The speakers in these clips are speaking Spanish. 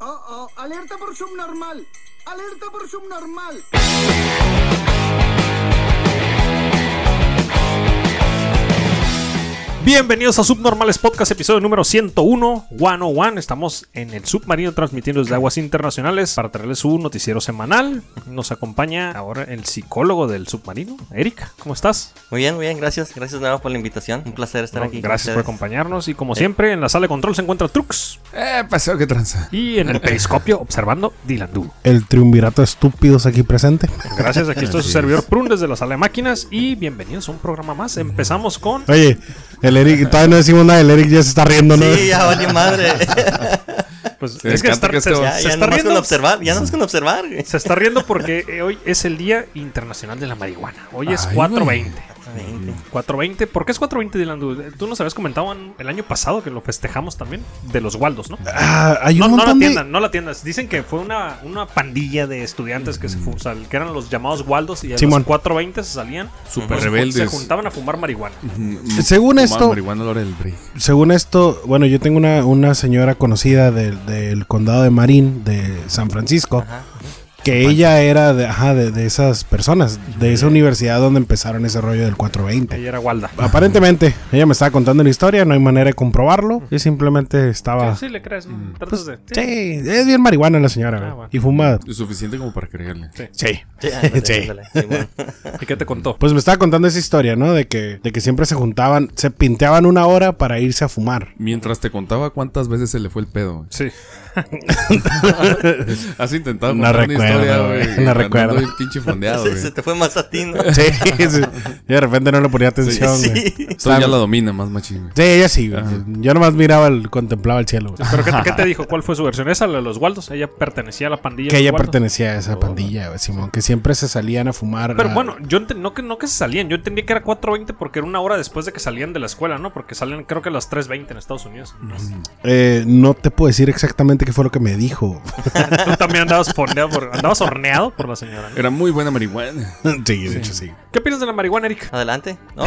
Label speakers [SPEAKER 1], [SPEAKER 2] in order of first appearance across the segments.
[SPEAKER 1] Oh, Alerta por subnormal. Alerta por subnormal.
[SPEAKER 2] Bienvenidos a Subnormales Podcast, episodio número 101, 101. Estamos en el submarino transmitiendo desde aguas internacionales para traerles su noticiero semanal. Nos acompaña ahora el psicólogo del submarino, Erika. ¿Cómo estás?
[SPEAKER 3] Muy bien, muy bien, gracias. Gracias de nuevo por la invitación. Un placer estar
[SPEAKER 2] No,
[SPEAKER 3] aquí. con
[SPEAKER 2] gracias por
[SPEAKER 3] ustedes. Eh.
[SPEAKER 2] acompañarnos. Y como siempre, en la sala de control se encuentra Trux.
[SPEAKER 4] Eh, paseo que tranza.
[SPEAKER 2] Y en el periscopio, observando, Dylan Du.
[SPEAKER 5] el triunvirato de estúpidos aquí presente.
[SPEAKER 2] Gracias, aquí está su servidor Prun desde la sala de máquinas. Y bienvenidos a un programa más. Empezamos con.
[SPEAKER 3] Eh,
[SPEAKER 5] Oye, el Eric, todavía no decimos nada, el Eric ya se está riendo, ¿no?
[SPEAKER 3] Sí, ya valió madre.
[SPEAKER 2] Pues,
[SPEAKER 4] Me
[SPEAKER 2] es que
[SPEAKER 4] encanta
[SPEAKER 2] está-
[SPEAKER 4] que
[SPEAKER 2] se,
[SPEAKER 4] esto-
[SPEAKER 2] se
[SPEAKER 3] ya, ya
[SPEAKER 2] está
[SPEAKER 3] nomás con
[SPEAKER 2] riendo.
[SPEAKER 3] observar, ya nomás con observar. güey.
[SPEAKER 2] Se está riendo porque eh, hoy es el Día Internacional de la Marihuana. Hoy es
[SPEAKER 4] Ay,
[SPEAKER 2] 4.20.
[SPEAKER 3] Exactamente.
[SPEAKER 2] 4.20. ¿Por qué es 4.20, Dylan? Du? Tú nos habías comentado en- el año pasado que lo festejamos también de los Waldos, ¿no?
[SPEAKER 5] Ah, hay
[SPEAKER 2] No,
[SPEAKER 5] un
[SPEAKER 2] no la
[SPEAKER 5] montón de-
[SPEAKER 2] atiendan, no la atiendas. Dicen que fue una, una pandilla de estudiantes que se fu- o sea, que eran los llamados Waldos y a
[SPEAKER 5] Simón.
[SPEAKER 2] las 4.20 se salían.
[SPEAKER 4] Super
[SPEAKER 2] pues,
[SPEAKER 4] rebeldes.
[SPEAKER 2] Se juntaban a fumar marihuana.
[SPEAKER 5] Mm, Según esto-
[SPEAKER 4] Marihuana a la hora del break.
[SPEAKER 5] Según esto, bueno, yo tengo una, una señora conocida del, del condado de Marín, de San Francisco, que ella era de, ajá, de, de esas personas, de esa universidad donde empezaron ese rollo del 420.
[SPEAKER 2] Ella era Walda.
[SPEAKER 5] Aparentemente, ella me estaba contando la historia, no hay manera de comprobarlo, yo simplemente estaba...
[SPEAKER 2] Ah. Sí, sí le crees, ¿no? Tratas
[SPEAKER 5] Pues,
[SPEAKER 2] de-
[SPEAKER 5] sí, es bien marihuana la señora,
[SPEAKER 2] Ah,
[SPEAKER 5] ¿no?
[SPEAKER 2] bueno.
[SPEAKER 5] y fumada.
[SPEAKER 4] Lo suficiente como para creerle.
[SPEAKER 5] Sí.
[SPEAKER 3] Sí, ándale,
[SPEAKER 5] Sí.
[SPEAKER 3] ándale, Simón.
[SPEAKER 2] ¿Y qué te contó?
[SPEAKER 5] Pues me estaba contando esa historia, ¿no? De que, de que siempre se juntaban, se pinteaban una hora para irse a fumar.
[SPEAKER 4] Mientras te contaba cuántas veces se le fue el pedo. güey.
[SPEAKER 2] Sí.
[SPEAKER 4] Has intentado
[SPEAKER 5] No
[SPEAKER 4] contar
[SPEAKER 5] recuerdo, güey, no
[SPEAKER 4] andando
[SPEAKER 5] recuerdo.
[SPEAKER 4] bien pinche
[SPEAKER 2] Ah,
[SPEAKER 4] fondeado,
[SPEAKER 3] Se-
[SPEAKER 4] güey.
[SPEAKER 3] Se te fue más a ti, ¿no?
[SPEAKER 5] Sí, sí. Y de repente no le ponía atención,
[SPEAKER 3] Sí.
[SPEAKER 5] güey.
[SPEAKER 4] Tú ya la domina más machín, güey.
[SPEAKER 5] Sí, ella sí, güey. Yo nomás miraba, el, contemplaba el cielo. güey.
[SPEAKER 2] ¿Pero qué, qué te dijo? ¿Cuál fue su versión? ¿Esa, la de los Waldos? Ella pertenecía a la pandilla.
[SPEAKER 5] Que
[SPEAKER 2] de
[SPEAKER 5] ella
[SPEAKER 2] los Waldos?
[SPEAKER 5] pertenecía a
[SPEAKER 3] Oh,
[SPEAKER 5] esa pandilla, güey, Simón. Que siempre se salían a fumar.
[SPEAKER 2] Pero
[SPEAKER 5] a-
[SPEAKER 2] bueno, yo enten- no que no que se salían, yo entendía que era 4.20 porque era una hora después de que salían de la escuela, ¿no? Porque salen creo que a las 3.20 en Estados Unidos. Entonces,
[SPEAKER 5] eh, no te puedo decir exactamente qué fue lo que me dijo.
[SPEAKER 2] Tú también andabas fondeado por, andabas horneado por la señora. ¿no?
[SPEAKER 4] Era muy buena marihuana.
[SPEAKER 5] sí, de hecho sí.
[SPEAKER 2] ¿Qué opinas de la marihuana, Eric?
[SPEAKER 3] Adelante, ¿no?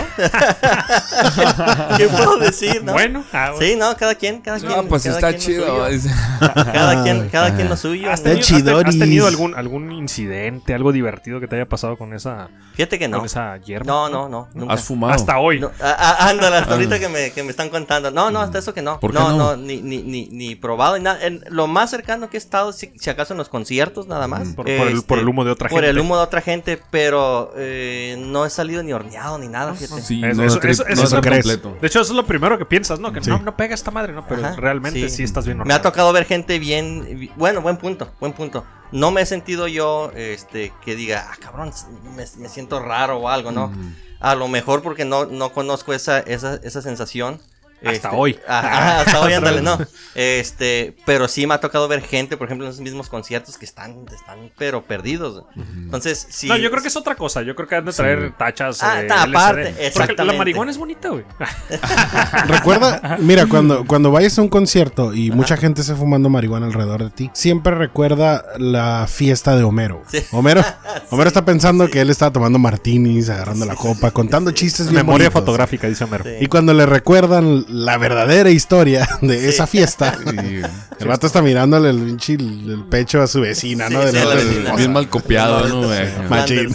[SPEAKER 3] ¿Qué puedo decir, no?
[SPEAKER 2] Bueno, ah, bueno.
[SPEAKER 3] Sí, no, cada quien, cada quien.
[SPEAKER 4] No, pues
[SPEAKER 3] cada
[SPEAKER 4] está
[SPEAKER 3] quien lo
[SPEAKER 4] chido.
[SPEAKER 3] suyo.
[SPEAKER 4] dice.
[SPEAKER 3] Cada quien, cada
[SPEAKER 2] Ah,
[SPEAKER 3] quien lo suyo.
[SPEAKER 2] ¿Has
[SPEAKER 3] ¿no?
[SPEAKER 2] tenido, has te-
[SPEAKER 5] chidoris.
[SPEAKER 2] has tenido algún, algún incidente, algo divertido que te haya pasado con esa,
[SPEAKER 3] Fíjate que no.
[SPEAKER 2] con esa hierba?
[SPEAKER 3] No, no, no. Nunca.
[SPEAKER 4] Has fumado.
[SPEAKER 2] Hasta hoy.
[SPEAKER 3] No, a- a- ándale, hasta ahorita que me, que me están contando. No, no, hasta eso que no.
[SPEAKER 4] ¿Por qué
[SPEAKER 3] no,
[SPEAKER 4] no?
[SPEAKER 3] ni, ni, ni, ni probado. ni nada. En- lo más cercano que he estado, si, si acaso en los conciertos, nada más.
[SPEAKER 2] Mm, Por- por el- por el humo de otra
[SPEAKER 3] Este, Por el
[SPEAKER 2] gente.
[SPEAKER 3] humo de otra gente, pero eh, no he salido ni horneado ni nada. fíjate.
[SPEAKER 4] Sí,
[SPEAKER 2] Eso-
[SPEAKER 4] no
[SPEAKER 2] eso-
[SPEAKER 4] da trip-
[SPEAKER 2] eso-
[SPEAKER 4] no
[SPEAKER 2] eso
[SPEAKER 4] da
[SPEAKER 2] es lo
[SPEAKER 4] trip
[SPEAKER 5] que-
[SPEAKER 4] completo.
[SPEAKER 2] De hecho, eso es lo primero que piensas, ¿no? Que
[SPEAKER 5] Sí.
[SPEAKER 2] no, no pega esta madre, ¿no? Pero
[SPEAKER 3] Ajá,
[SPEAKER 2] realmente sí. estás bien
[SPEAKER 3] Me ha
[SPEAKER 2] horneado.
[SPEAKER 3] tocado ver gente bien. vi- Bueno, buen punto, buen punto. No me he sentido yo este, que diga, ah, cabrón, me, me siento raro o algo, ¿no?
[SPEAKER 4] Mm,
[SPEAKER 3] A lo mejor porque no, no conozco esa, esa, esa sensación. Este,
[SPEAKER 2] Hasta hoy.
[SPEAKER 3] Ajá, hasta hoy,
[SPEAKER 2] Otra
[SPEAKER 3] ándale,
[SPEAKER 2] vez.
[SPEAKER 3] no. Pero, Este, pero sí me ha tocado ver gente, por ejemplo, en esos mismos conciertos que están, están pero perdidos. Entonces, sí.
[SPEAKER 2] No, yo creo que es otra cosa. Yo creo que han de traer tachas.
[SPEAKER 3] Ah,
[SPEAKER 2] eh,
[SPEAKER 3] ta-
[SPEAKER 2] LCD.
[SPEAKER 3] aparte,
[SPEAKER 2] Porque la
[SPEAKER 3] exactamente.
[SPEAKER 2] marihuana es bonita, güey.
[SPEAKER 5] Recuerda, mira, cuando, cuando vayas a un concierto y mucha gente esté fumando marihuana alrededor de ti, siempre recuerda la fiesta de Homero.
[SPEAKER 3] Sí.
[SPEAKER 5] Homero, Homero está pensando que él está tomando martinis, agarrando la copa, contando chistes bien
[SPEAKER 2] Memoria
[SPEAKER 5] bonitos.
[SPEAKER 2] fotográfica, dice Homero.
[SPEAKER 3] Sí.
[SPEAKER 5] Y cuando le recuerdan la verdadera historia de esa fiesta,
[SPEAKER 4] Sí, güey.
[SPEAKER 5] el vato está mirándole el, pinche- el pecho a su vecina,
[SPEAKER 3] Sí,
[SPEAKER 5] ¿no? De
[SPEAKER 3] sí,
[SPEAKER 5] la
[SPEAKER 3] a la
[SPEAKER 5] otra
[SPEAKER 3] vecina.
[SPEAKER 5] esposa.
[SPEAKER 4] Bien mal copiado, ¿no, güey?
[SPEAKER 5] Machín.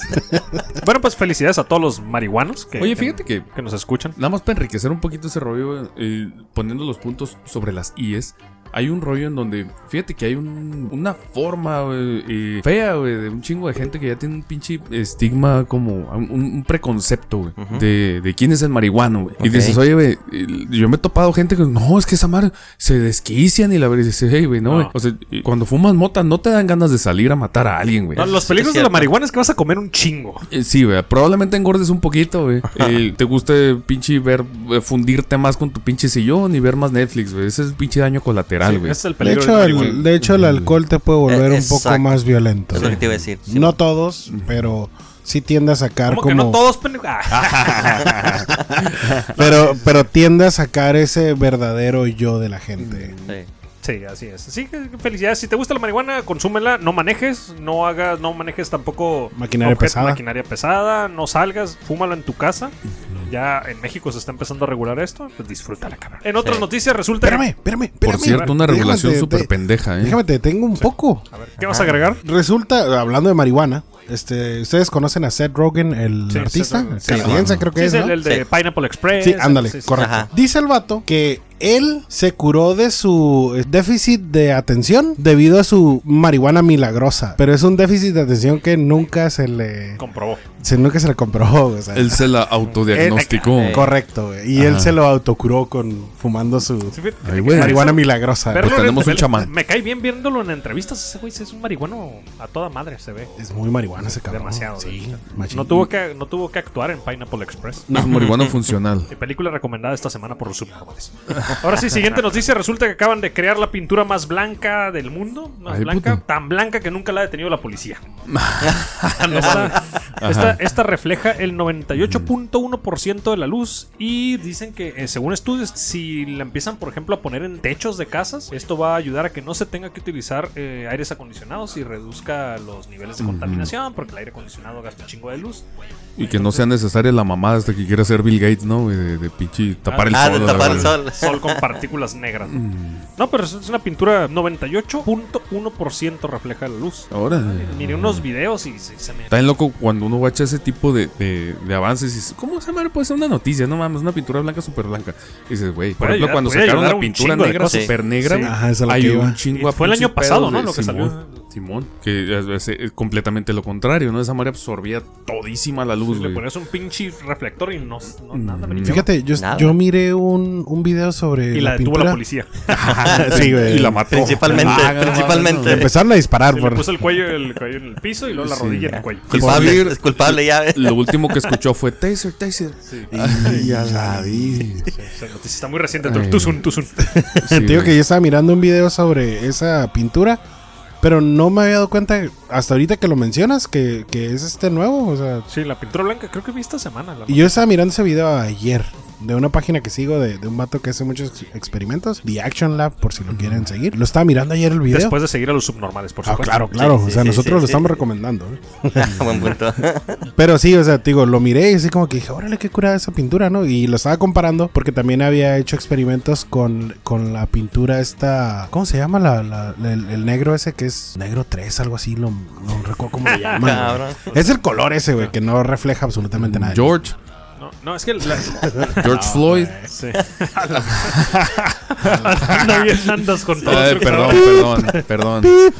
[SPEAKER 2] Bueno, pues felicidades a todos los marihuanos que,
[SPEAKER 4] Oye, fíjate que
[SPEAKER 2] que nos escuchan.
[SPEAKER 4] Nada más para enriquecer un poquito ese rollo, eh, poniendo los puntos sobre las IES, hay un rollo en donde, fíjate que hay un- una forma güey, eh, fea, güey, de un chingo de gente que ya tiene un pinche estigma, como un, un preconcepto, güey,
[SPEAKER 3] Ujú.
[SPEAKER 4] de, de quién es el marihuano, güey. Y
[SPEAKER 3] Ok.
[SPEAKER 4] dices, oye, güey, el- yo me he topado gente que, no, es que esa madre se desquician y la verdad dices, hey, güey, no,
[SPEAKER 2] No.
[SPEAKER 4] güey". O sea, eh, cuando fumas mota no te dan ganas de salir a matar a alguien, güey.
[SPEAKER 2] No, los peligros
[SPEAKER 3] es
[SPEAKER 2] de la
[SPEAKER 3] cierto.
[SPEAKER 2] marihuana es que vas a comer un chingo.
[SPEAKER 4] Eh, Sí, güey. Probablemente engordes un poquito, güey. Eh, te guste pinche ver, eh, fundirte más con tu pinche sillón y ver más Netflix, güey. Ese es el pinche daño colateral,
[SPEAKER 2] Ese
[SPEAKER 4] güey.
[SPEAKER 2] es el
[SPEAKER 5] De
[SPEAKER 2] peligro.
[SPEAKER 5] hecho,
[SPEAKER 2] del marihuana.
[SPEAKER 5] el, de hecho, el alcohol te puede volver
[SPEAKER 3] Eh,
[SPEAKER 5] un poco
[SPEAKER 3] exacto.
[SPEAKER 5] más violento.
[SPEAKER 3] Es lo que te iba a decir. sí,
[SPEAKER 5] No todos, pero sí tiende a sacar
[SPEAKER 2] Como
[SPEAKER 5] como.
[SPEAKER 2] que no todos, pendejo. Ah,
[SPEAKER 5] Pero, pero tiende a sacar ese verdadero yo de la
[SPEAKER 2] Mm.
[SPEAKER 5] gente.
[SPEAKER 3] sí.
[SPEAKER 2] sí, así es. Sí, que- que felicidades. Si te gusta la marihuana, consúmela. No manejes. No hagas, no manejes tampoco
[SPEAKER 5] Maquinaria pesada.
[SPEAKER 2] maquinaria pesada. No salgas. Fúmalo en tu casa. Ya en México se está empezando a regular esto. Pues disfrútala, cabrón. En otras noticias resulta.
[SPEAKER 5] Espérame, espérame,
[SPEAKER 4] Por
[SPEAKER 5] espérame.
[SPEAKER 4] cierto, una
[SPEAKER 5] Déjame,
[SPEAKER 4] regulación
[SPEAKER 5] te-
[SPEAKER 4] súper
[SPEAKER 5] te-
[SPEAKER 4] pendeja, ¿eh?
[SPEAKER 5] Déjame, te detengo un poco.
[SPEAKER 2] A ver, ¿qué vas a agregar?
[SPEAKER 5] Resulta, hablando de marihuana, este, ustedes conocen a Seth Rogen, el
[SPEAKER 2] Sí,
[SPEAKER 5] artista,
[SPEAKER 2] Seth Rogen, sí.
[SPEAKER 5] canadiense creo que
[SPEAKER 2] Sí,
[SPEAKER 5] es,
[SPEAKER 2] es el,
[SPEAKER 5] ¿no?
[SPEAKER 2] el de
[SPEAKER 3] Sí.
[SPEAKER 2] Pineapple Express.
[SPEAKER 5] Sí, ándale,
[SPEAKER 2] Sí, sí, sí.
[SPEAKER 5] correcto.
[SPEAKER 3] Ajá.
[SPEAKER 5] Dice el vato que él se curó de su eh, déficit de atención debido a su marihuana milagrosa. Pero es un déficit de atención que nunca se le.
[SPEAKER 2] Comprobó.
[SPEAKER 5] se- nunca se le comprobó. o sea.
[SPEAKER 4] Él se la autodiagnosticó.
[SPEAKER 3] Eh,
[SPEAKER 5] correcto, güey. Y él
[SPEAKER 4] Ajá.
[SPEAKER 5] se lo autocuró con fumando su
[SPEAKER 2] Sí, fíjate.
[SPEAKER 4] Ay, güey.
[SPEAKER 5] marihuana milagrosa.
[SPEAKER 2] Verlo
[SPEAKER 4] Pues tenemos
[SPEAKER 2] en-
[SPEAKER 4] un chamán.
[SPEAKER 2] Me cae bien viéndolo en entrevistas. Ese güey sí es un marihuano a toda madre, se ve.
[SPEAKER 5] Es muy marihuana ese cabrón.
[SPEAKER 2] Demasiado.
[SPEAKER 5] Sí, machín.
[SPEAKER 2] No tuvo, que, no tuvo que actuar en Pineapple Express.
[SPEAKER 4] Es marihuana funcional.
[SPEAKER 2] Mi película recomendada esta semana por los subjaguares. Ahora sí, siguiente noticia. Resulta que acaban de crear la pintura más blanca del mundo. Más
[SPEAKER 4] Ay,
[SPEAKER 2] blanca.
[SPEAKER 4] puto.
[SPEAKER 2] Tan blanca que nunca la ha detenido la policía. esta, esta- esta refleja el 98.1% de la luz. Y dicen que, eh, según estudios, si la empiezan, por ejemplo, a poner en techos de casas, esto va a ayudar a que no se tenga que utilizar eh, aires acondicionados y reduzca los niveles de contaminación, porque el aire acondicionado gasta un chingo de luz.
[SPEAKER 4] Y que no sea necesaria la mamada hasta que quiera ser Bill Gates, ¿no? güey? De, de pinche tapar el
[SPEAKER 3] Ah,
[SPEAKER 4] sol.
[SPEAKER 3] de
[SPEAKER 4] la
[SPEAKER 3] tapar el
[SPEAKER 4] verga.
[SPEAKER 3] sol.
[SPEAKER 2] Sol con partículas negras. No, pero es una pintura 98.1% refleja la luz.
[SPEAKER 4] Ahora.
[SPEAKER 2] Miré unos videos y se, se me...
[SPEAKER 4] Está bien loco cuando uno guacha ese tipo de, de, de avances y dices, ¿cómo se llama? Puede ser una noticia, no mames, una pintura blanca súper blanca. Y dices, güey, por
[SPEAKER 2] Puede
[SPEAKER 4] ejemplo,
[SPEAKER 2] ayudar-
[SPEAKER 4] cuando
[SPEAKER 2] puede
[SPEAKER 4] sacaron
[SPEAKER 2] ayudar
[SPEAKER 4] la
[SPEAKER 2] un
[SPEAKER 4] pintura
[SPEAKER 2] chingo de
[SPEAKER 4] negra
[SPEAKER 2] cosas.
[SPEAKER 4] súper negra,
[SPEAKER 2] Sí.
[SPEAKER 5] Ajá, eso es lo
[SPEAKER 4] hay
[SPEAKER 5] que iba.
[SPEAKER 4] un chingo
[SPEAKER 2] Y fue el
[SPEAKER 4] pinches
[SPEAKER 2] año pasado,
[SPEAKER 4] pedos
[SPEAKER 2] ¿no?
[SPEAKER 4] de
[SPEAKER 2] Lo que
[SPEAKER 4] Simón.
[SPEAKER 2] salió.
[SPEAKER 4] Simón, que es, es- es completamente lo contrario, ¿no? Esa madre absorbía todísima la luz,
[SPEAKER 2] Le
[SPEAKER 4] güey.
[SPEAKER 2] pones un pinche reflector y no, no nada.
[SPEAKER 4] Mm.
[SPEAKER 2] brillaba.
[SPEAKER 5] Fíjate, yo,
[SPEAKER 3] Nada.
[SPEAKER 5] yo miré un, un video sobre.
[SPEAKER 2] Y la detuvo
[SPEAKER 5] pintura.
[SPEAKER 2] la policía.
[SPEAKER 5] sí, güey.
[SPEAKER 4] y la mató.
[SPEAKER 3] Principalmente,
[SPEAKER 4] Ah, no mames,
[SPEAKER 3] principalmente.
[SPEAKER 5] Le empezaron a disparar.
[SPEAKER 2] Y le
[SPEAKER 5] por-
[SPEAKER 2] puso el cuello, el cuello en el piso y luego la rodilla en el cuello.
[SPEAKER 3] Culpable,
[SPEAKER 4] Salir-
[SPEAKER 3] es culpable ya. ¿eh?
[SPEAKER 4] no. Lo último que escuchó fue Taser, Taser.
[SPEAKER 5] Y a la vi.
[SPEAKER 2] O sea, noticia está muy reciente. Tuzun, tuzun.
[SPEAKER 4] Sí,
[SPEAKER 5] Te digo
[SPEAKER 4] güey.
[SPEAKER 5] que yo estaba mirando un video sobre esa pintura, pero no me había dado cuenta hasta ahorita que lo mencionas que, que es este nuevo. O sea,
[SPEAKER 2] Sí, la pintura blanca creo que vi esta semana. La
[SPEAKER 5] y yo estaba mirando ese video ayer de una página que sigo de, de un vato que hace muchos ex- experimentos, The Action Lab, por si lo quieren seguir. Lo estaba mirando ayer el video.
[SPEAKER 2] Después de seguir a los subnormales, por
[SPEAKER 5] Ah,
[SPEAKER 2] supuesto.
[SPEAKER 5] claro, claro.
[SPEAKER 3] Sí,
[SPEAKER 5] o
[SPEAKER 3] sí,
[SPEAKER 5] sea,
[SPEAKER 3] sí,
[SPEAKER 5] nosotros
[SPEAKER 3] sí,
[SPEAKER 5] lo
[SPEAKER 3] sí,
[SPEAKER 5] estamos
[SPEAKER 3] sí.
[SPEAKER 5] recomendando. ¿eh?
[SPEAKER 3] Buen punto.
[SPEAKER 5] Pero sí, o sea, te digo, lo miré y así como que dije, órale, qué curada esa pintura, ¿no? Y lo estaba comparando porque también había hecho experimentos con, con la pintura esta. ¿Cómo se llama? La, la- la- el, el negro ese que es negro 3, algo así, lo, no recuerdo cómo se llama. güey.
[SPEAKER 3] Cabrón.
[SPEAKER 5] Es el color ese, güey, que no refleja absolutamente nada.
[SPEAKER 4] George,
[SPEAKER 2] No, no, es que la...
[SPEAKER 4] George
[SPEAKER 2] Ah,
[SPEAKER 4] Floyd.
[SPEAKER 2] Sí. Anda bien andas con todo.
[SPEAKER 4] Ay,
[SPEAKER 2] eso que
[SPEAKER 4] Eh, perdón,
[SPEAKER 2] estaba-
[SPEAKER 4] perdón, perdón.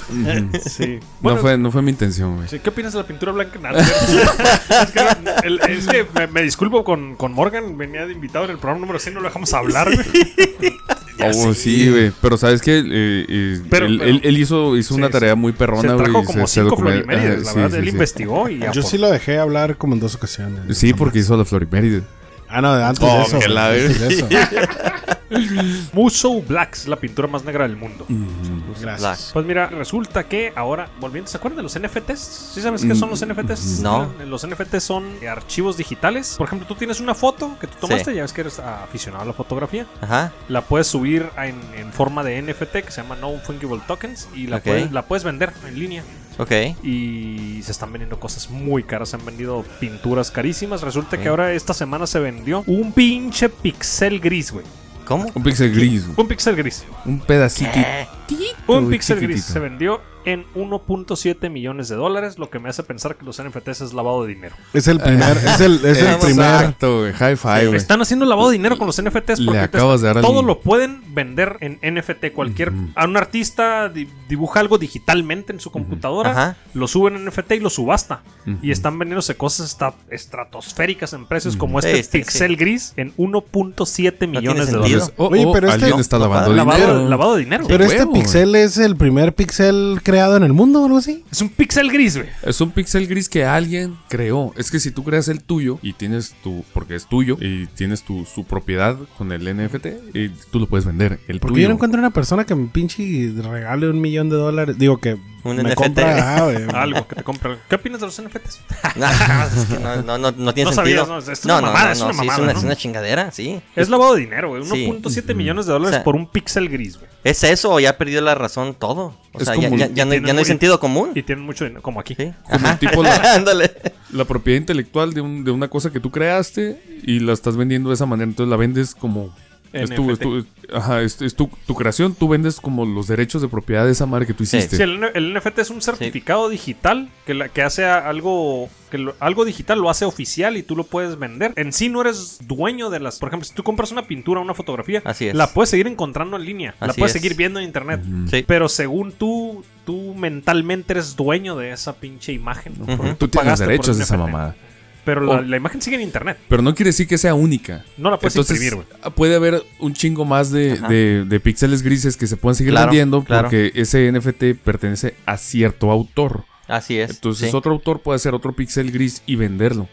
[SPEAKER 4] Ujú.
[SPEAKER 2] Sí.
[SPEAKER 4] No
[SPEAKER 2] Bueno,
[SPEAKER 4] fue, no fue mi intención, güey.
[SPEAKER 2] Sí, ¿Qué opinas de la pintura blanca? Nada, es que, el- es que me, me disculpo con, con Morgan, venía de invitado en el programa número 100, no lo dejamos hablar. güey.
[SPEAKER 4] Oh, sí, güey. Pero sabes que
[SPEAKER 2] Pero-
[SPEAKER 4] él,
[SPEAKER 2] pero-
[SPEAKER 4] él- él hizo,
[SPEAKER 2] Sí,
[SPEAKER 4] hizo una
[SPEAKER 2] sí.
[SPEAKER 4] tarea muy
[SPEAKER 2] Se
[SPEAKER 4] perrona, güey.
[SPEAKER 2] trajo
[SPEAKER 4] y
[SPEAKER 2] como
[SPEAKER 4] se- se
[SPEAKER 2] cinco
[SPEAKER 4] document-
[SPEAKER 2] florimérides, la
[SPEAKER 4] Ajá,
[SPEAKER 2] verdad,
[SPEAKER 4] sí,
[SPEAKER 2] él
[SPEAKER 4] sí, sí.
[SPEAKER 2] investigó y
[SPEAKER 5] Yo
[SPEAKER 2] aportó.
[SPEAKER 5] sí lo dejé hablar como en dos ocasiones.
[SPEAKER 4] Sí, porque hizo la floriméride.
[SPEAKER 5] Ah, no, antes
[SPEAKER 4] Oh,
[SPEAKER 5] de eso.
[SPEAKER 4] que la
[SPEAKER 5] güey, antes de eso.
[SPEAKER 2] Muso Black es la pintura más negra del mundo.
[SPEAKER 4] Mm.
[SPEAKER 3] Black.
[SPEAKER 5] Gracias.
[SPEAKER 2] Pues mira, resulta que ahora, volviendo, ¿se acuerdan de los NFTs? ¿Sí sabes qué son
[SPEAKER 4] Mm,
[SPEAKER 2] los NFTs?
[SPEAKER 3] No.
[SPEAKER 2] Los NFTs son eh, archivos digitales. Por ejemplo, tú tienes una foto que tú tomaste, ya ves que eres ah, aficionado a la fotografía.
[SPEAKER 3] Ajá.
[SPEAKER 2] la puedes subir a- en, en forma de NFT que se llama No Fungible Tokens y la,
[SPEAKER 3] Ok.
[SPEAKER 2] puedes, la puedes vender en línea.
[SPEAKER 3] Ok.
[SPEAKER 2] Y se están vendiendo cosas muy caras. Se han vendido pinturas carísimas. Resulta que ahora esta semana se vendió un pinche pixel gris, güey.
[SPEAKER 3] ¿Cómo?
[SPEAKER 4] Un pixel gris, güey.
[SPEAKER 2] Un pixel gris.
[SPEAKER 4] un pedacito.
[SPEAKER 2] Un
[SPEAKER 4] Uy,
[SPEAKER 2] pixel gris
[SPEAKER 4] chiquitito.
[SPEAKER 2] se vendió en 1.7 millones de dólares, lo que me hace pensar que los NFTs es lavado de dinero.
[SPEAKER 5] Es el primer, es el, es el
[SPEAKER 3] Exacto.
[SPEAKER 5] primer.
[SPEAKER 4] Exacto, güey. High five, güey.
[SPEAKER 2] Eh, Están haciendo lavado de dinero con los NFTs
[SPEAKER 4] Le
[SPEAKER 2] porque te-
[SPEAKER 4] acabas de dar al-
[SPEAKER 2] todo lo pueden vender en NFT. Cualquier a un artista di- dibuja algo digitalmente en su computadora,
[SPEAKER 3] Ajá.
[SPEAKER 2] lo suben en NFT y lo subasta. Y están vendiéndose cosas esta- estratosféricas en precios como
[SPEAKER 3] Sí,
[SPEAKER 2] este
[SPEAKER 3] sí,
[SPEAKER 2] pixel
[SPEAKER 3] sí.
[SPEAKER 2] gris en 1.7
[SPEAKER 3] tiene
[SPEAKER 2] millones de
[SPEAKER 3] sentido.
[SPEAKER 2] dólares.
[SPEAKER 4] Entonces, oh,
[SPEAKER 5] Oye,
[SPEAKER 4] oh,
[SPEAKER 5] pero este-
[SPEAKER 4] alguien está
[SPEAKER 3] No,
[SPEAKER 4] lavando
[SPEAKER 3] papá,
[SPEAKER 4] dinero.
[SPEAKER 2] Lavado, lavado de dinero.
[SPEAKER 5] Pero
[SPEAKER 4] huevo,
[SPEAKER 5] este
[SPEAKER 4] güey.
[SPEAKER 5] pixel es el primer pixel creado en el mundo o algo así.
[SPEAKER 2] Es un pixel gris, güey.
[SPEAKER 4] Es un pixel gris que alguien creó. Es que si tú creas el tuyo y tienes tu, porque es tuyo y tienes tu su propiedad con el NFT, y tú lo puedes vender. El
[SPEAKER 5] Porque
[SPEAKER 4] tuyo.
[SPEAKER 5] yo no encuentro una persona que me pinche regale un millón de dólares. Digo que
[SPEAKER 3] Un
[SPEAKER 5] me
[SPEAKER 3] NFT.
[SPEAKER 5] compra ah, güey.
[SPEAKER 2] Algo que te compra. ¿Qué opinas de los NFTs?
[SPEAKER 3] No, es que no, no, no, no tiene
[SPEAKER 2] No
[SPEAKER 3] sentido.
[SPEAKER 2] sabías, no, es una mamada, es una
[SPEAKER 3] sí,
[SPEAKER 2] mamada,
[SPEAKER 3] una-
[SPEAKER 2] ¿no?
[SPEAKER 3] es una chingadera, sí.
[SPEAKER 2] Es lavado de dinero, güey.
[SPEAKER 3] Sí.
[SPEAKER 2] 1.7 millones de dólares
[SPEAKER 3] O sea,
[SPEAKER 2] por un píxel gris, güey.
[SPEAKER 3] Es eso, ya ha perdido la razón todo. O
[SPEAKER 4] Es
[SPEAKER 3] sea, ya,
[SPEAKER 4] como-
[SPEAKER 3] ya- ya no,
[SPEAKER 2] tienen
[SPEAKER 3] ya no
[SPEAKER 2] muy-
[SPEAKER 3] hay sentido común.
[SPEAKER 2] Y tienen mucho dinero, como aquí.
[SPEAKER 3] Sí.
[SPEAKER 4] Como
[SPEAKER 3] Ajá.
[SPEAKER 4] tipo la-
[SPEAKER 3] Ándale.
[SPEAKER 4] La propiedad intelectual de, un- de una cosa que tú creaste y la estás vendiendo de esa manera. Entonces la vendes como. Es, tu, es,
[SPEAKER 2] NFT.
[SPEAKER 4] tu, ajá, es- es tu- tu creación, tú vendes como los derechos de propiedad de esa madre que tú
[SPEAKER 3] Sí.
[SPEAKER 4] hiciste.
[SPEAKER 2] Sí, el, N- el NFT es un certificado digital que, la, que hace a- algo, que lo- algo digital lo hace oficial y tú lo puedes vender. En sí no eres dueño de las... Por ejemplo, si tú compras una pintura, una fotografía,
[SPEAKER 3] Así es.
[SPEAKER 2] la puedes seguir encontrando en línea, la
[SPEAKER 3] Así
[SPEAKER 2] puedes
[SPEAKER 3] es.
[SPEAKER 2] seguir viendo en internet.
[SPEAKER 3] Sí.
[SPEAKER 2] Pero según tú, tú mentalmente eres dueño de esa pinche imagen.
[SPEAKER 4] Porque
[SPEAKER 3] Ujú.
[SPEAKER 4] Tú tienes
[SPEAKER 2] pagaste por
[SPEAKER 4] derechos de esa
[SPEAKER 2] NFT.
[SPEAKER 4] mamada.
[SPEAKER 2] Pero la,
[SPEAKER 4] O-
[SPEAKER 2] la imagen sigue en internet.
[SPEAKER 4] Pero no quiere decir que sea única.
[SPEAKER 2] No la puedes
[SPEAKER 4] Entonces, ah,
[SPEAKER 2] imprimir, güey.
[SPEAKER 4] puede haber un chingo más de,
[SPEAKER 3] Ajá.
[SPEAKER 4] de- de píxeles grises que se puedan seguir
[SPEAKER 3] Claro,
[SPEAKER 4] vendiendo
[SPEAKER 3] claro.
[SPEAKER 4] porque ese NFT pertenece a cierto autor.
[SPEAKER 3] Así es.
[SPEAKER 4] Entonces
[SPEAKER 3] sí.
[SPEAKER 4] otro autor puede hacer otro píxel gris y venderlo.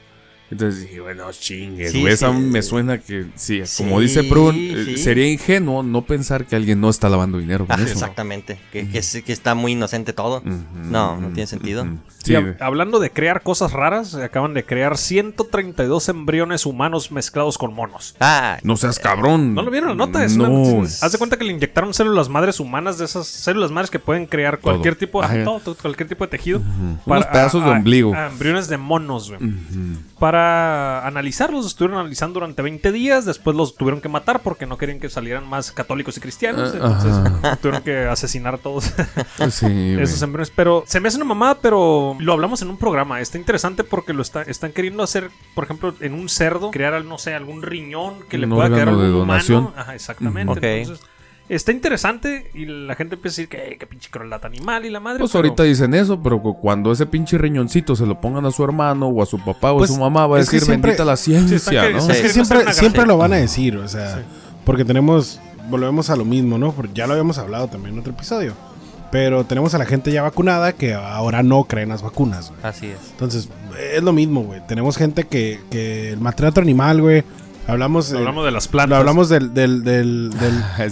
[SPEAKER 4] Entonces dije, bueno, chingues,
[SPEAKER 3] Sí,
[SPEAKER 4] güey, esa
[SPEAKER 3] sí.
[SPEAKER 4] me suena que, sí,
[SPEAKER 3] Sí,
[SPEAKER 4] como dice Prun, eh,
[SPEAKER 3] sí.
[SPEAKER 4] sería ingenuo no pensar que alguien no está lavando dinero con
[SPEAKER 3] Ah,
[SPEAKER 4] eso. Mm-hmm.
[SPEAKER 3] exactamente. Que, que es- que está muy inocente todo.
[SPEAKER 4] Ujú,
[SPEAKER 3] No, no
[SPEAKER 4] ujú,
[SPEAKER 3] tiene sentido.
[SPEAKER 4] ujú.
[SPEAKER 2] Y
[SPEAKER 4] Sí,
[SPEAKER 2] hab-
[SPEAKER 4] güey.
[SPEAKER 2] hablando de crear cosas raras, acaban de crear 132 embriones humanos mezclados con monos.
[SPEAKER 3] Ah,
[SPEAKER 4] no seas cabrón.
[SPEAKER 2] ¿No lo vieron la nota? Es
[SPEAKER 4] no.
[SPEAKER 2] una- haz de cuenta que le inyectaron células madres humanas de esas células madres que pueden crear cualquier
[SPEAKER 4] Todo.
[SPEAKER 2] tipo, ajá,
[SPEAKER 4] Ajá.
[SPEAKER 2] todo, todo, cualquier tipo de tejido.
[SPEAKER 4] Unos pedazos de
[SPEAKER 2] a-
[SPEAKER 4] ombligo.
[SPEAKER 2] a embriones de monos, güey.
[SPEAKER 4] Ujú.
[SPEAKER 2] Para analizarlos, estuvieron analizando durante 20 días. Después los tuvieron que matar porque no querían que salieran más católicos y cristianos.
[SPEAKER 4] Ah,
[SPEAKER 2] entonces
[SPEAKER 4] ajá.
[SPEAKER 2] tuvieron que asesinar a todos
[SPEAKER 4] Pues Sí, güey.
[SPEAKER 2] esos embriones. Pero se me hace una mamada, pero lo hablamos en un programa. Está interesante porque lo está, están queriendo hacer, por ejemplo, en un cerdo, crear, no sé, algún riñón que le
[SPEAKER 4] Un
[SPEAKER 2] pueda
[SPEAKER 4] órgano
[SPEAKER 2] quedar a algún
[SPEAKER 4] de
[SPEAKER 2] humano.
[SPEAKER 4] donación.
[SPEAKER 2] Ajá, exactamente.
[SPEAKER 3] Ujú. Ok.
[SPEAKER 2] Entonces, está interesante y la gente empieza a decir que, que pinche crueldad animal y la madre.
[SPEAKER 4] Pues
[SPEAKER 2] pero-
[SPEAKER 4] ahorita dicen eso, pero cu- cuando ese pinche riñoncito se lo pongan a su hermano o a su papá o
[SPEAKER 5] Pues,
[SPEAKER 4] a su mamá, va a
[SPEAKER 5] es que
[SPEAKER 4] decir
[SPEAKER 5] siempre-
[SPEAKER 4] bendita la
[SPEAKER 2] Sí,
[SPEAKER 4] ciencia,
[SPEAKER 2] está que-
[SPEAKER 4] ¿no?
[SPEAKER 2] sí.
[SPEAKER 5] Es que
[SPEAKER 2] no sea una
[SPEAKER 5] siempre, siempre
[SPEAKER 2] garantía.
[SPEAKER 5] lo van a decir, o sea, porque tenemos, volvemos a lo mismo, ¿no? Porque ya lo habíamos hablado también en otro episodio. Pero tenemos a la gente ya vacunada que ahora no cree en las vacunas, güey.
[SPEAKER 3] así es.
[SPEAKER 5] Entonces, es lo mismo, güey. Tenemos gente que, que el maltrato animal, güey. Hablamos, eh,
[SPEAKER 2] hablamos de las plantas.
[SPEAKER 5] lo hablamos del, del, del, del,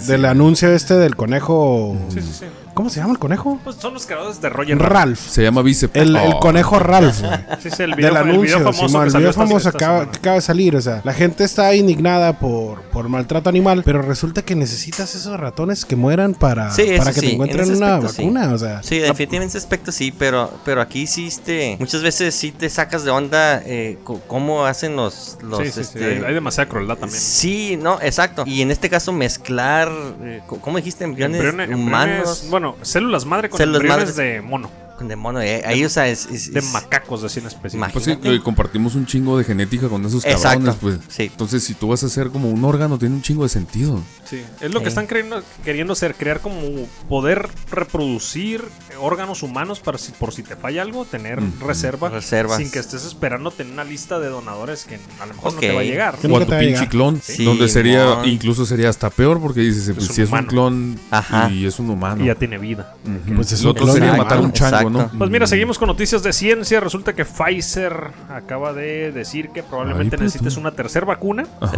[SPEAKER 4] Sí.
[SPEAKER 5] del anuncio este del conejo.
[SPEAKER 2] Sí, sí, sí.
[SPEAKER 5] ¿Cómo se llama el conejo?
[SPEAKER 2] Pues son los creadores de Roger Rabbit.
[SPEAKER 5] Ralph.
[SPEAKER 4] Se llama bíceps.
[SPEAKER 5] El, el
[SPEAKER 4] Oh.
[SPEAKER 5] conejo Ralph, güey.
[SPEAKER 2] Sí, sí, el video,
[SPEAKER 5] Del
[SPEAKER 2] el video
[SPEAKER 5] anuncio,
[SPEAKER 2] famoso
[SPEAKER 5] Simón,
[SPEAKER 2] que
[SPEAKER 5] el
[SPEAKER 2] salió
[SPEAKER 5] video
[SPEAKER 2] esta-
[SPEAKER 5] famoso
[SPEAKER 2] esta
[SPEAKER 5] acaba,
[SPEAKER 2] semana.
[SPEAKER 5] que acaba de salir. O sea, la gente está indignada por, por maltrato animal, pero resulta que necesitas esos ratones que mueran para,
[SPEAKER 3] Sí,
[SPEAKER 5] para
[SPEAKER 3] eso
[SPEAKER 5] que
[SPEAKER 3] sí,
[SPEAKER 5] te
[SPEAKER 3] en
[SPEAKER 5] encuentren
[SPEAKER 3] ese
[SPEAKER 5] una
[SPEAKER 3] aspecto sí.
[SPEAKER 5] vacuna. O sea,
[SPEAKER 3] Sí, definitivamente ese aspecto sí, pero, pero aquí sí, este, muchas veces sí te sacas de onda eh, co- cómo hacen los, los,
[SPEAKER 2] Sí, sí, sí,
[SPEAKER 3] este,
[SPEAKER 2] hay- hay demasiada crueldad también.
[SPEAKER 3] Sí, no, exacto. Y en este caso mezclar, eh, co- ¿cómo dijiste? Embriones
[SPEAKER 2] Embriones-
[SPEAKER 3] humanos
[SPEAKER 2] embriones- bueno, células madre con
[SPEAKER 3] Células
[SPEAKER 2] embriones
[SPEAKER 3] madre.
[SPEAKER 2] de mono,
[SPEAKER 3] con demonio. eh, ahí, o sea, es... es-
[SPEAKER 2] de
[SPEAKER 3] es-
[SPEAKER 2] macacos de 100 especies.
[SPEAKER 3] Imagínate.
[SPEAKER 4] Pues sí, que compartimos un chingo de genética con esos
[SPEAKER 3] Exacto,
[SPEAKER 4] cabrones, pues.
[SPEAKER 3] sí.
[SPEAKER 4] Entonces, si tú vas a hacer como un órgano, tiene un chingo de sentido.
[SPEAKER 2] Sí, es lo que
[SPEAKER 3] Sí.
[SPEAKER 2] están creyendo- queriendo hacer, crear como poder reproducir órganos humanos para si, por si te falla algo, tener
[SPEAKER 4] Mm,
[SPEAKER 2] reserva
[SPEAKER 3] reservas.
[SPEAKER 2] sin que estés esperando tener una lista de donadores que a lo mejor
[SPEAKER 3] Ok.
[SPEAKER 2] no te va a llegar.
[SPEAKER 5] Que
[SPEAKER 4] O a
[SPEAKER 5] nunca
[SPEAKER 4] tu
[SPEAKER 5] te va a
[SPEAKER 4] pinche
[SPEAKER 5] llegar.
[SPEAKER 4] clon,
[SPEAKER 3] Sí,
[SPEAKER 4] donde sería,
[SPEAKER 3] mon.
[SPEAKER 4] incluso sería hasta peor, porque dices, pues,
[SPEAKER 2] un
[SPEAKER 4] si es un
[SPEAKER 2] humano.
[SPEAKER 4] clon
[SPEAKER 3] Ajá.
[SPEAKER 4] y es un humano.
[SPEAKER 2] Y ya tiene vida.
[SPEAKER 4] Ujú.
[SPEAKER 5] Pues es
[SPEAKER 4] Lo
[SPEAKER 5] un
[SPEAKER 4] otro
[SPEAKER 5] clon
[SPEAKER 4] sería
[SPEAKER 5] animal.
[SPEAKER 4] matar un chango,
[SPEAKER 3] Exacto.
[SPEAKER 4] ¿no?
[SPEAKER 2] Pues mira,
[SPEAKER 4] Mm.
[SPEAKER 2] seguimos con noticias de ciencia. Resulta que Pfizer acaba de decir que probablemente
[SPEAKER 4] Ay, pues,
[SPEAKER 2] necesites
[SPEAKER 4] tú.
[SPEAKER 2] una tercera vacuna.
[SPEAKER 4] Ajá.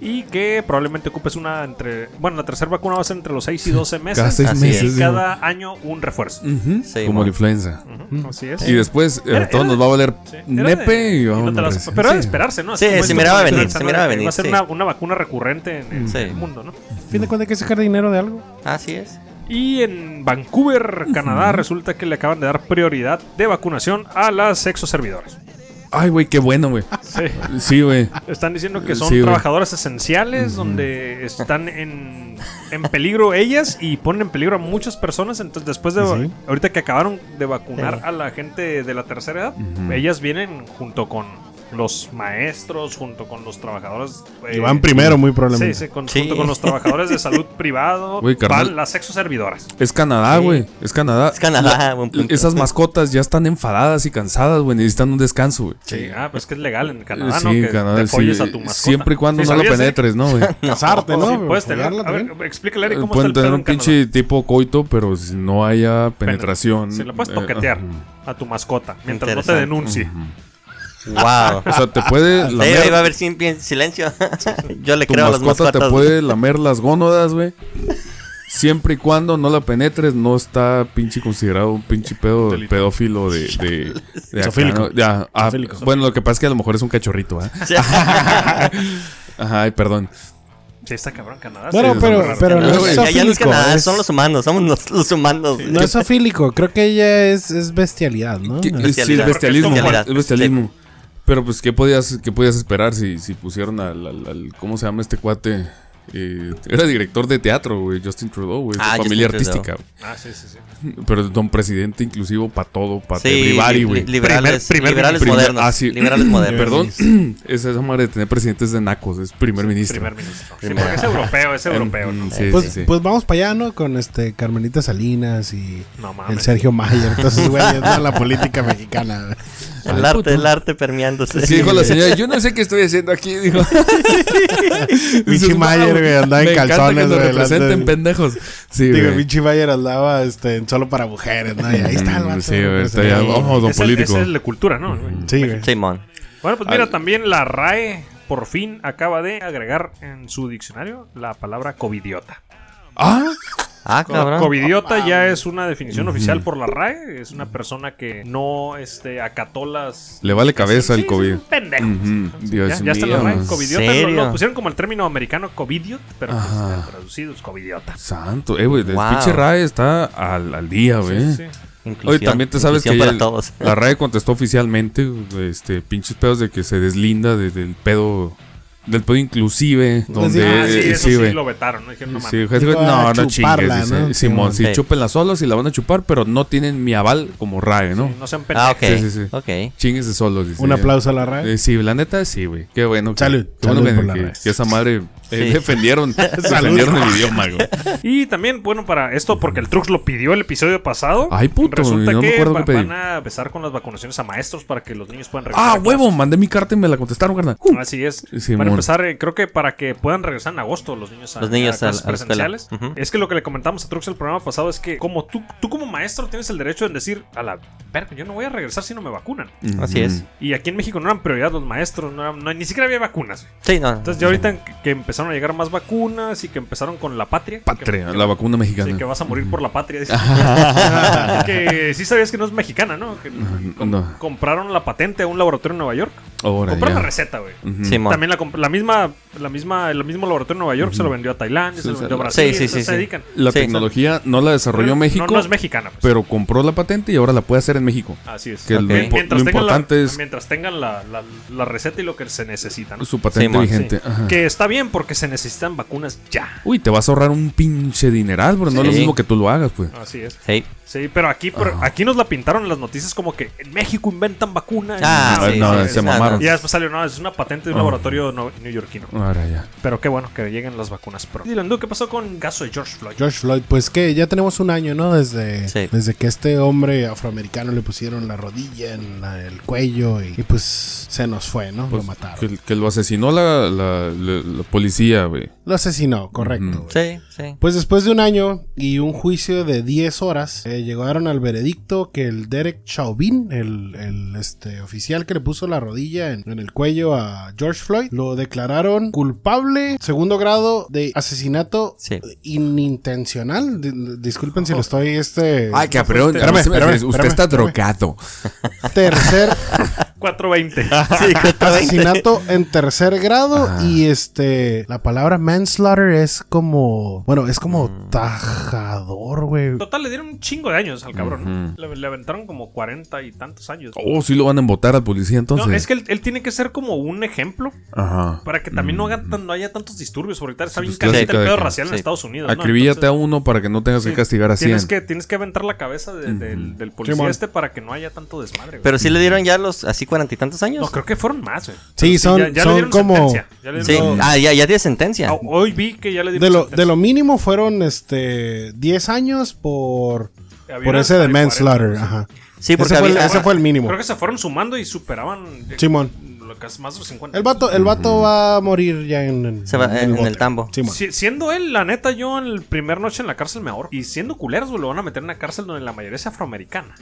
[SPEAKER 2] Y que probablemente ocupes una entre. Bueno, la tercera vacuna va a ser entre los 6 y 12 meses.
[SPEAKER 4] Cada seis
[SPEAKER 3] Así
[SPEAKER 4] meses.
[SPEAKER 2] Y
[SPEAKER 4] digo.
[SPEAKER 2] cada año un refuerzo.
[SPEAKER 4] Ujú,
[SPEAKER 3] Sí,
[SPEAKER 4] como
[SPEAKER 3] mon.
[SPEAKER 4] la influenza.
[SPEAKER 2] Ujú, Así es.
[SPEAKER 4] Y después eh,
[SPEAKER 2] Era-
[SPEAKER 4] a todos
[SPEAKER 2] era-
[SPEAKER 4] nos va a valer
[SPEAKER 2] Sí, era
[SPEAKER 4] nepe
[SPEAKER 2] de-
[SPEAKER 4] y
[SPEAKER 2] no
[SPEAKER 4] vamos
[SPEAKER 2] te las-
[SPEAKER 4] a
[SPEAKER 2] Pero era de esperarse, ¿no?
[SPEAKER 3] Sí,
[SPEAKER 2] Así como
[SPEAKER 3] se
[SPEAKER 2] es-
[SPEAKER 3] miraba
[SPEAKER 2] como es
[SPEAKER 3] venir,
[SPEAKER 2] pensando
[SPEAKER 3] se miraba
[SPEAKER 2] que Va a
[SPEAKER 3] venir,
[SPEAKER 2] ser
[SPEAKER 3] sí.
[SPEAKER 2] una, una vacuna recurrente en, en
[SPEAKER 3] Sí.
[SPEAKER 2] el mundo, ¿no?
[SPEAKER 5] a fin de cuentas hay que sacar dinero de algo.
[SPEAKER 3] Así es.
[SPEAKER 2] Y en Vancouver, Canadá, resulta que le acaban de dar prioridad de vacunación a las sexoservidores.
[SPEAKER 4] Ay, güey, qué bueno, güey.
[SPEAKER 2] Sí.
[SPEAKER 4] Sí, güey.
[SPEAKER 2] Están diciendo que son
[SPEAKER 4] Sí, güey.
[SPEAKER 2] trabajadoras esenciales, donde están en, en peligro ellas y ponen en peligro a muchas personas. Entonces, después de
[SPEAKER 5] Sí.
[SPEAKER 2] ahorita que acabaron de vacunar a la gente de la tercera edad,
[SPEAKER 4] Ujú.
[SPEAKER 2] ellas vienen junto con los maestros, junto con los trabajadores. eh,
[SPEAKER 5] Y van primero, muy probablemente.
[SPEAKER 2] Sí, sí, con-
[SPEAKER 3] Sí.
[SPEAKER 2] junto con los trabajadores de salud privado,
[SPEAKER 4] Güey, carnal.
[SPEAKER 2] van las sexoservidoras.
[SPEAKER 4] Es Canadá,
[SPEAKER 3] Sí.
[SPEAKER 4] güey. Es Canadá.
[SPEAKER 3] Es Canadá, buen punto.
[SPEAKER 4] Esas mascotas ya están enfadadas y cansadas, güey. Necesitan un descanso, güey.
[SPEAKER 2] Sí, ah, pues que es legal en
[SPEAKER 4] Eh,
[SPEAKER 2] Canadá,
[SPEAKER 4] sí,
[SPEAKER 2] ¿no? Que
[SPEAKER 4] Canadá,
[SPEAKER 2] te
[SPEAKER 4] sí.
[SPEAKER 2] folles a tu mascota.
[SPEAKER 4] Siempre y cuando
[SPEAKER 2] ¿Sí
[SPEAKER 4] no lo
[SPEAKER 2] sabías, eh?
[SPEAKER 4] penetres, ¿no, güey?
[SPEAKER 5] Casarte, ¿no?
[SPEAKER 2] Sí, puedes tener.
[SPEAKER 5] Fogarla
[SPEAKER 2] A ver,
[SPEAKER 5] también.
[SPEAKER 2] explícale, Eric, cómo está
[SPEAKER 4] Pueden
[SPEAKER 2] el pedo en
[SPEAKER 4] tener un
[SPEAKER 2] Canadá.
[SPEAKER 4] pinche tipo coito, pero si no haya penetración.
[SPEAKER 2] Si la puedes
[SPEAKER 4] eh,
[SPEAKER 2] toquetear
[SPEAKER 4] ajá.
[SPEAKER 2] a tu mascota mientras no te
[SPEAKER 3] Interesante.
[SPEAKER 2] denuncie.
[SPEAKER 3] Wow.
[SPEAKER 4] O sea, te puede
[SPEAKER 3] Ahí ahí va a
[SPEAKER 4] lamer.
[SPEAKER 3] haber sin- bien silencio. Yo le
[SPEAKER 4] Tu
[SPEAKER 3] creo a las
[SPEAKER 4] mascota te
[SPEAKER 3] mascotas.
[SPEAKER 4] puede lamer las gónodas, güey. Siempre y cuando no la penetres, no está pinche considerado un pinche pedo, pedófilo de. de, de acá,
[SPEAKER 5] Zoofílico.
[SPEAKER 4] ¿no? Ya, ah,
[SPEAKER 5] Zoofílico.
[SPEAKER 4] Bueno, lo que pasa es que a lo mejor es un cachorrito, ¿eh? Ajá, ay, perdón.
[SPEAKER 2] Sí, está cabrón Canadá.
[SPEAKER 5] Bueno,
[SPEAKER 4] sí,
[SPEAKER 5] pero,
[SPEAKER 4] son
[SPEAKER 5] pero no
[SPEAKER 4] raros.
[SPEAKER 5] es
[SPEAKER 3] Ya, ya no es
[SPEAKER 5] zoofílico.
[SPEAKER 3] Canadá,
[SPEAKER 5] es-
[SPEAKER 3] son los humanos, somos los, los humanos.
[SPEAKER 5] No es zoofílico, creo que ella es, es bestialidad, ¿no?
[SPEAKER 4] ¿Qué-
[SPEAKER 5] No.
[SPEAKER 4] sí, es
[SPEAKER 3] Bestialidad.
[SPEAKER 4] bestialismo.
[SPEAKER 3] Bestialidad.
[SPEAKER 4] es bestialismo. Pero pues, ¿qué podías, qué podías esperar si, si pusieron al, al- al- ¿Cómo se llama este cuate? Eh, era director de teatro, güey, Justin Trudeau, güey.
[SPEAKER 3] Ah,
[SPEAKER 4] su
[SPEAKER 3] Justin
[SPEAKER 4] familia
[SPEAKER 3] Trudeau.
[SPEAKER 4] artística. güey.
[SPEAKER 2] Ah, sí, sí, sí.
[SPEAKER 4] Pero don presidente inclusivo para todo, para
[SPEAKER 3] Sí, li-
[SPEAKER 4] güey.
[SPEAKER 3] li-
[SPEAKER 2] Primer-
[SPEAKER 3] liberales,
[SPEAKER 2] primer-
[SPEAKER 3] liberales
[SPEAKER 4] primer-
[SPEAKER 3] modernos.
[SPEAKER 4] ah, sí.
[SPEAKER 3] Liberales modernos.
[SPEAKER 4] Perdón, esa es la madre de tener presidentes de nacos, es primer ministro.
[SPEAKER 2] Primer ministro. Sí,
[SPEAKER 3] Primer-
[SPEAKER 2] porque es europeo, es europeo.
[SPEAKER 4] Mm,
[SPEAKER 2] ¿no?
[SPEAKER 4] Sí,
[SPEAKER 5] Pues,
[SPEAKER 4] sí, sí.
[SPEAKER 5] pues vamos para allá, ¿no? Con este Carmelita Salinas y
[SPEAKER 2] No mames.
[SPEAKER 5] el Sergio Mayer. Entonces, güey, es toda la política mexicana.
[SPEAKER 3] El arte, el arte permeándose.
[SPEAKER 4] Sí, dijo la señora, yo no sé qué estoy haciendo aquí, dijo.
[SPEAKER 5] Pinche
[SPEAKER 4] Dices,
[SPEAKER 5] Mayer,
[SPEAKER 4] "Wow,
[SPEAKER 5] güey, andaba en
[SPEAKER 4] me encanta
[SPEAKER 5] calzones,
[SPEAKER 4] que nos
[SPEAKER 5] güey,
[SPEAKER 4] representen
[SPEAKER 5] delante de-
[SPEAKER 4] pendejos. Sí,
[SPEAKER 5] Digo,
[SPEAKER 4] güey.
[SPEAKER 5] Vinci Mayer andaba este, en solo para mujeres, ¿no? Y ahí está el
[SPEAKER 4] Mm,
[SPEAKER 5] vato.
[SPEAKER 4] Sí, güey, está
[SPEAKER 5] Sí,
[SPEAKER 4] ya, vamos, don
[SPEAKER 2] Es el, es
[SPEAKER 4] político.
[SPEAKER 2] el de cultura, ¿no?
[SPEAKER 5] Sí, güey.
[SPEAKER 3] Simón.
[SPEAKER 2] Bueno, pues mira, también la RAE por fin acaba de agregar en su diccionario la palabra covidiota.
[SPEAKER 4] Ah,
[SPEAKER 3] Ah, cabrón.
[SPEAKER 2] Covidiota ya es una definición oficial por la RAE. Es una persona que no este, acató las.
[SPEAKER 4] le vale cabeza
[SPEAKER 2] Sí,
[SPEAKER 4] el
[SPEAKER 2] sí,
[SPEAKER 4] COVID.
[SPEAKER 2] es un pendejo.
[SPEAKER 4] Ujú,
[SPEAKER 2] Sí,
[SPEAKER 4] Dios
[SPEAKER 2] ya, ya está la
[SPEAKER 4] mío.
[SPEAKER 2] RAE. Covidiota. Lo,
[SPEAKER 3] ¿Serio?
[SPEAKER 2] lo pusieron como el término americano covidiot, pero pues,
[SPEAKER 4] Ajá.
[SPEAKER 2] traducido es covidiota.
[SPEAKER 4] Santo, eh, güey, el
[SPEAKER 3] Wow.
[SPEAKER 4] pinche RAE está al, al día, güey.
[SPEAKER 2] Sí, sí.
[SPEAKER 3] Inclusión,
[SPEAKER 4] Oye, también te sabes que
[SPEAKER 3] inclusión para
[SPEAKER 4] ya
[SPEAKER 3] todos.
[SPEAKER 4] la RAE contestó oficialmente, este, pinches pedos de que se deslinda de- del pedo, del pedo inclusive, donde,
[SPEAKER 2] Ah, sí,
[SPEAKER 4] eh,
[SPEAKER 2] eso sí,
[SPEAKER 4] güey.
[SPEAKER 2] lo vetaron. ¿no? Dijeron, no
[SPEAKER 4] Sí,
[SPEAKER 2] mames.
[SPEAKER 4] dijo, no,
[SPEAKER 5] Dijo, "Ah,
[SPEAKER 4] no
[SPEAKER 5] chuparla",
[SPEAKER 4] chingues, dice,
[SPEAKER 5] ¿no?
[SPEAKER 4] Simón,
[SPEAKER 3] Sí.
[SPEAKER 4] sí, chúpenla solos y la van a chupar, pero no tienen mi aval como RAE, ¿no?
[SPEAKER 2] No sean
[SPEAKER 3] Ah,
[SPEAKER 2] pendejos.
[SPEAKER 3] ok.
[SPEAKER 4] Sí, sí, sí.
[SPEAKER 3] Ok.
[SPEAKER 4] Chingues de solos, dice.
[SPEAKER 5] Un aplauso a la RAE.
[SPEAKER 4] Eh, sí, la neta, sí, güey. Qué bueno. que-
[SPEAKER 5] Salud.
[SPEAKER 4] qué bueno
[SPEAKER 5] Salud
[SPEAKER 4] que-
[SPEAKER 5] por la
[SPEAKER 4] que,
[SPEAKER 5] RAE.
[SPEAKER 4] que esa madre eh,
[SPEAKER 3] Sí.
[SPEAKER 4] defendieron, defendieron el idioma, güey.
[SPEAKER 2] Y también, bueno, para esto, porque el Trux lo pidió el episodio pasado.
[SPEAKER 4] Ay, puto,
[SPEAKER 2] Resulta
[SPEAKER 4] no me
[SPEAKER 2] que
[SPEAKER 4] acuerdo
[SPEAKER 2] va-
[SPEAKER 4] qué pedí.
[SPEAKER 2] van a empezar con las vacunaciones a maestros para que los niños puedan regresar.
[SPEAKER 4] Ah,
[SPEAKER 2] a clases.
[SPEAKER 4] huevo, mandé mi carta y me la contestaron, carnal. Uh.
[SPEAKER 2] Así es.
[SPEAKER 4] Simón.
[SPEAKER 2] Para empezar, eh, creo que para que puedan regresar en agosto los niños a,
[SPEAKER 3] Los niños
[SPEAKER 2] a clases
[SPEAKER 3] a la- a la escuela.
[SPEAKER 2] presenciales.
[SPEAKER 3] Ujú.
[SPEAKER 2] Es que lo que le comentamos a Trux el programa pasado es que como tú, tú como maestro tienes el derecho de decir a la verga, yo no voy a regresar si no me vacunan.
[SPEAKER 3] Así
[SPEAKER 4] Mm-hmm.
[SPEAKER 3] es.
[SPEAKER 2] Y aquí en México no eran prioridad los maestros, no eran- no- ni siquiera había vacunas. güey.
[SPEAKER 3] Sí, no.
[SPEAKER 2] Entonces ya ahorita que- que empezaron a llegar más vacunas y que empezaron con la patria. que-
[SPEAKER 4] Patria,
[SPEAKER 2] que-
[SPEAKER 4] la vacuna mexicana.
[SPEAKER 2] Sí, que vas a morir por la patria. dice. que sí sabías que no es mexicana, ¿no? Que com-
[SPEAKER 4] no.
[SPEAKER 2] compraron la patente a un laboratorio en Nueva York.
[SPEAKER 4] Ahora
[SPEAKER 2] Compraron
[SPEAKER 4] ya. Mm-hmm.
[SPEAKER 2] la receta, güey.
[SPEAKER 4] Ujú.
[SPEAKER 3] Simón.
[SPEAKER 2] También la, comp- la misma, la misma, el mismo laboratorio en Nueva York se lo vendió a Tailandia, se
[SPEAKER 4] Sí,
[SPEAKER 2] lo
[SPEAKER 4] sí,
[SPEAKER 2] vendió a
[SPEAKER 4] sí.
[SPEAKER 2] Brasil,
[SPEAKER 3] Sí, sí, sí,
[SPEAKER 2] entonces se
[SPEAKER 3] sí.
[SPEAKER 2] dedican.
[SPEAKER 4] La
[SPEAKER 3] Sí.
[SPEAKER 4] tecnología no la desarrolló
[SPEAKER 2] No,
[SPEAKER 4] México,
[SPEAKER 2] No, es mexicana, pues.
[SPEAKER 4] pero compró la patente y ahora la puede hacer en México.
[SPEAKER 2] Así es.
[SPEAKER 4] que
[SPEAKER 2] Ok.
[SPEAKER 4] lo impo-
[SPEAKER 2] mientras,
[SPEAKER 4] lo
[SPEAKER 2] tengan la-
[SPEAKER 4] importante es-
[SPEAKER 2] mientras tengan la, la- la receta y lo que se necesita, ¿no?
[SPEAKER 4] Su patente
[SPEAKER 3] Simón,
[SPEAKER 4] vigente.
[SPEAKER 2] Sí.
[SPEAKER 4] Ajá.
[SPEAKER 2] Que está bien porque se necesitan vacunas ya.
[SPEAKER 4] Uy, te vas a ahorrar un pinche dineral, bro. No es lo
[SPEAKER 3] Sí.
[SPEAKER 4] mismo que tú lo hagas, pues.
[SPEAKER 2] Así es.
[SPEAKER 3] Sí.
[SPEAKER 2] Sí, pero aquí, por- aquí nos la pintaron en las noticias como que en México inventan vacunas.
[SPEAKER 3] Ah,
[SPEAKER 4] Ah,
[SPEAKER 3] sí,
[SPEAKER 4] no,
[SPEAKER 3] sí,
[SPEAKER 4] se
[SPEAKER 3] sí,
[SPEAKER 4] mamaron.
[SPEAKER 2] Y ya después salió, no, es una patente de un
[SPEAKER 4] Ah.
[SPEAKER 2] laboratorio no- neoyorquino.
[SPEAKER 4] Ahora ya.
[SPEAKER 2] Pero qué bueno que lleguen las vacunas pronto. Dylan, ¿tú ¿qué pasó con el caso de George Floyd?
[SPEAKER 5] George Floyd, pues que ya tenemos un año, ¿no? Desde,
[SPEAKER 3] Sí.
[SPEAKER 5] desde que este hombre afroamericano le pusieron la rodilla en la- el cuello y, y, pues se nos fue, ¿no?
[SPEAKER 4] Pues,
[SPEAKER 5] lo mataron.
[SPEAKER 4] que, que lo asesinó la, la- la- la policía, güey.
[SPEAKER 5] Lo asesinó, correcto. güey.
[SPEAKER 3] Sí, sí.
[SPEAKER 5] Pues después de un año y un juicio de 10 horas, eh, llegaron al veredicto que el Derek Chauvin, el, el, este, oficial que le puso la rodilla en, en el cuello a George Floyd, lo declararon culpable, segundo grado de asesinato
[SPEAKER 3] Sí.
[SPEAKER 5] inintencional. Di- Disculpen si lo estoy este...
[SPEAKER 4] Ay, cabrón.
[SPEAKER 5] Espérame, espérame,
[SPEAKER 4] usted
[SPEAKER 5] espérame,
[SPEAKER 4] está
[SPEAKER 5] espérame.
[SPEAKER 4] drogado.
[SPEAKER 5] Tercer
[SPEAKER 2] 420.
[SPEAKER 4] Ah.
[SPEAKER 5] asesinato en tercer grado y este la palabra manslaughter es como bueno es como tajador güey
[SPEAKER 2] Total, le dieron un chingo de años al cabrón. ¿no? le, le aventaron como 40 y tantos años.
[SPEAKER 4] Oh, sí lo van a embotar al policía entonces.
[SPEAKER 2] no, es que él, él tiene que ser como un ejemplo
[SPEAKER 4] Ajá.
[SPEAKER 2] para que también no, hagan tan- no haya tantos disturbios. Ahorita está
[SPEAKER 4] Mm. Sí,
[SPEAKER 2] bien
[SPEAKER 4] pues,
[SPEAKER 2] caliente el
[SPEAKER 4] clásica de
[SPEAKER 2] pedo
[SPEAKER 4] que-
[SPEAKER 2] racial en
[SPEAKER 3] sí.
[SPEAKER 2] Estados Unidos. ¿no?
[SPEAKER 4] Acribíllate
[SPEAKER 2] Entonces,
[SPEAKER 4] a uno para que no tengas que castigar a 100.
[SPEAKER 2] Tienes que, tienes que aventar la cabeza de- del, del policía
[SPEAKER 5] Simón.
[SPEAKER 2] este para que no haya tanto desmadre. güey.
[SPEAKER 3] Pero sí le dieron ya los así cuarenta y tantos
[SPEAKER 2] no,
[SPEAKER 3] años.
[SPEAKER 2] creo que fueron más. güey.
[SPEAKER 5] sí son
[SPEAKER 2] ya, ya le
[SPEAKER 5] son
[SPEAKER 2] dieron
[SPEAKER 5] como
[SPEAKER 2] sentencia, ya le
[SPEAKER 3] Sí.
[SPEAKER 2] dieron-
[SPEAKER 3] Ah, ya, ya tiene sentencia.
[SPEAKER 2] Ah, Hoy vi que ya le dieron
[SPEAKER 5] de lo,
[SPEAKER 2] sentencia.
[SPEAKER 5] de lo mínimo fueron este 10 años por
[SPEAKER 2] Había
[SPEAKER 5] por ese de
[SPEAKER 2] hasta de
[SPEAKER 5] manslaughter
[SPEAKER 2] 40,
[SPEAKER 5] ajá
[SPEAKER 3] Sí, porque
[SPEAKER 5] ese fue, el,
[SPEAKER 3] había-
[SPEAKER 5] ese fue el mínimo
[SPEAKER 2] Creo que se fueron sumando y superaban eh,
[SPEAKER 5] Simón.
[SPEAKER 2] lo que es más de los 50.
[SPEAKER 5] el vato el vato va a morir ya en, en-
[SPEAKER 3] Se va- en- en
[SPEAKER 5] bote.
[SPEAKER 3] el tambo.
[SPEAKER 5] Simón.
[SPEAKER 2] Si- siendo él, la neta, yo en la primera noche en la cárcel me ahorro. Y siendo culeros, güey, lo van a meter en una cárcel donde la mayoría es afroamericana.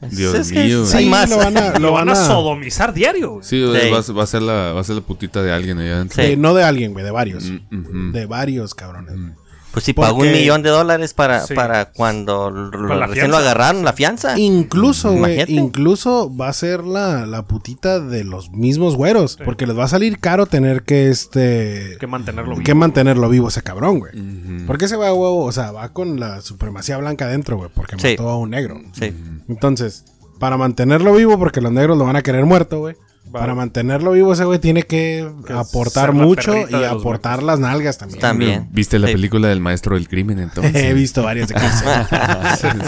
[SPEAKER 2] Pues,
[SPEAKER 4] Dios
[SPEAKER 3] Es que
[SPEAKER 4] mío.
[SPEAKER 3] sí,
[SPEAKER 5] Sí,
[SPEAKER 3] Hay más.
[SPEAKER 5] lo van a
[SPEAKER 2] Lo van a
[SPEAKER 5] sodomar
[SPEAKER 2] sodomizar diario. güey.
[SPEAKER 4] Sí, güey,
[SPEAKER 3] Sí.
[SPEAKER 4] Va, a ser- va a ser la, va a ser la putita de alguien allá adentro.
[SPEAKER 3] Sí.
[SPEAKER 5] no de alguien güey de varios
[SPEAKER 4] Mm, mm, mm.
[SPEAKER 5] de varios cabrones güey.
[SPEAKER 3] Pues si pagó un
[SPEAKER 5] Porque-
[SPEAKER 3] millón de dólares para,
[SPEAKER 2] Sí.
[SPEAKER 3] para cuando lo-
[SPEAKER 2] Para la
[SPEAKER 3] recién
[SPEAKER 2] fianza.
[SPEAKER 3] lo agarraron, la fianza.
[SPEAKER 5] Incluso, güey,
[SPEAKER 3] Ah, Imagínate.
[SPEAKER 5] incluso va a ser la, la putita de los mismos güeros. Porque les va a salir caro tener que este.
[SPEAKER 2] que mantenerlo
[SPEAKER 5] que
[SPEAKER 2] vivo.
[SPEAKER 5] mantenerlo vivo ese cabrón, güey. Porque ese va a huevo, o sea, va con la supremacía blanca adentro, güey, porque
[SPEAKER 3] Sí.
[SPEAKER 5] mató a un negro.
[SPEAKER 3] Sí.
[SPEAKER 5] Entonces, para mantenerlo vivo, porque los negros lo van a querer muerto, güey. Para mantenerlo vivo, ese güey tiene que,
[SPEAKER 2] Que
[SPEAKER 5] aportar
[SPEAKER 2] ser la
[SPEAKER 5] mucho
[SPEAKER 2] perrita
[SPEAKER 5] y
[SPEAKER 2] de los
[SPEAKER 5] aportar las nalgas también.
[SPEAKER 3] También.
[SPEAKER 4] ¿Viste la
[SPEAKER 3] Sí.
[SPEAKER 4] película del maestro del crimen
[SPEAKER 5] He
[SPEAKER 4] entonces? Ah,
[SPEAKER 5] visto varias de cárcel.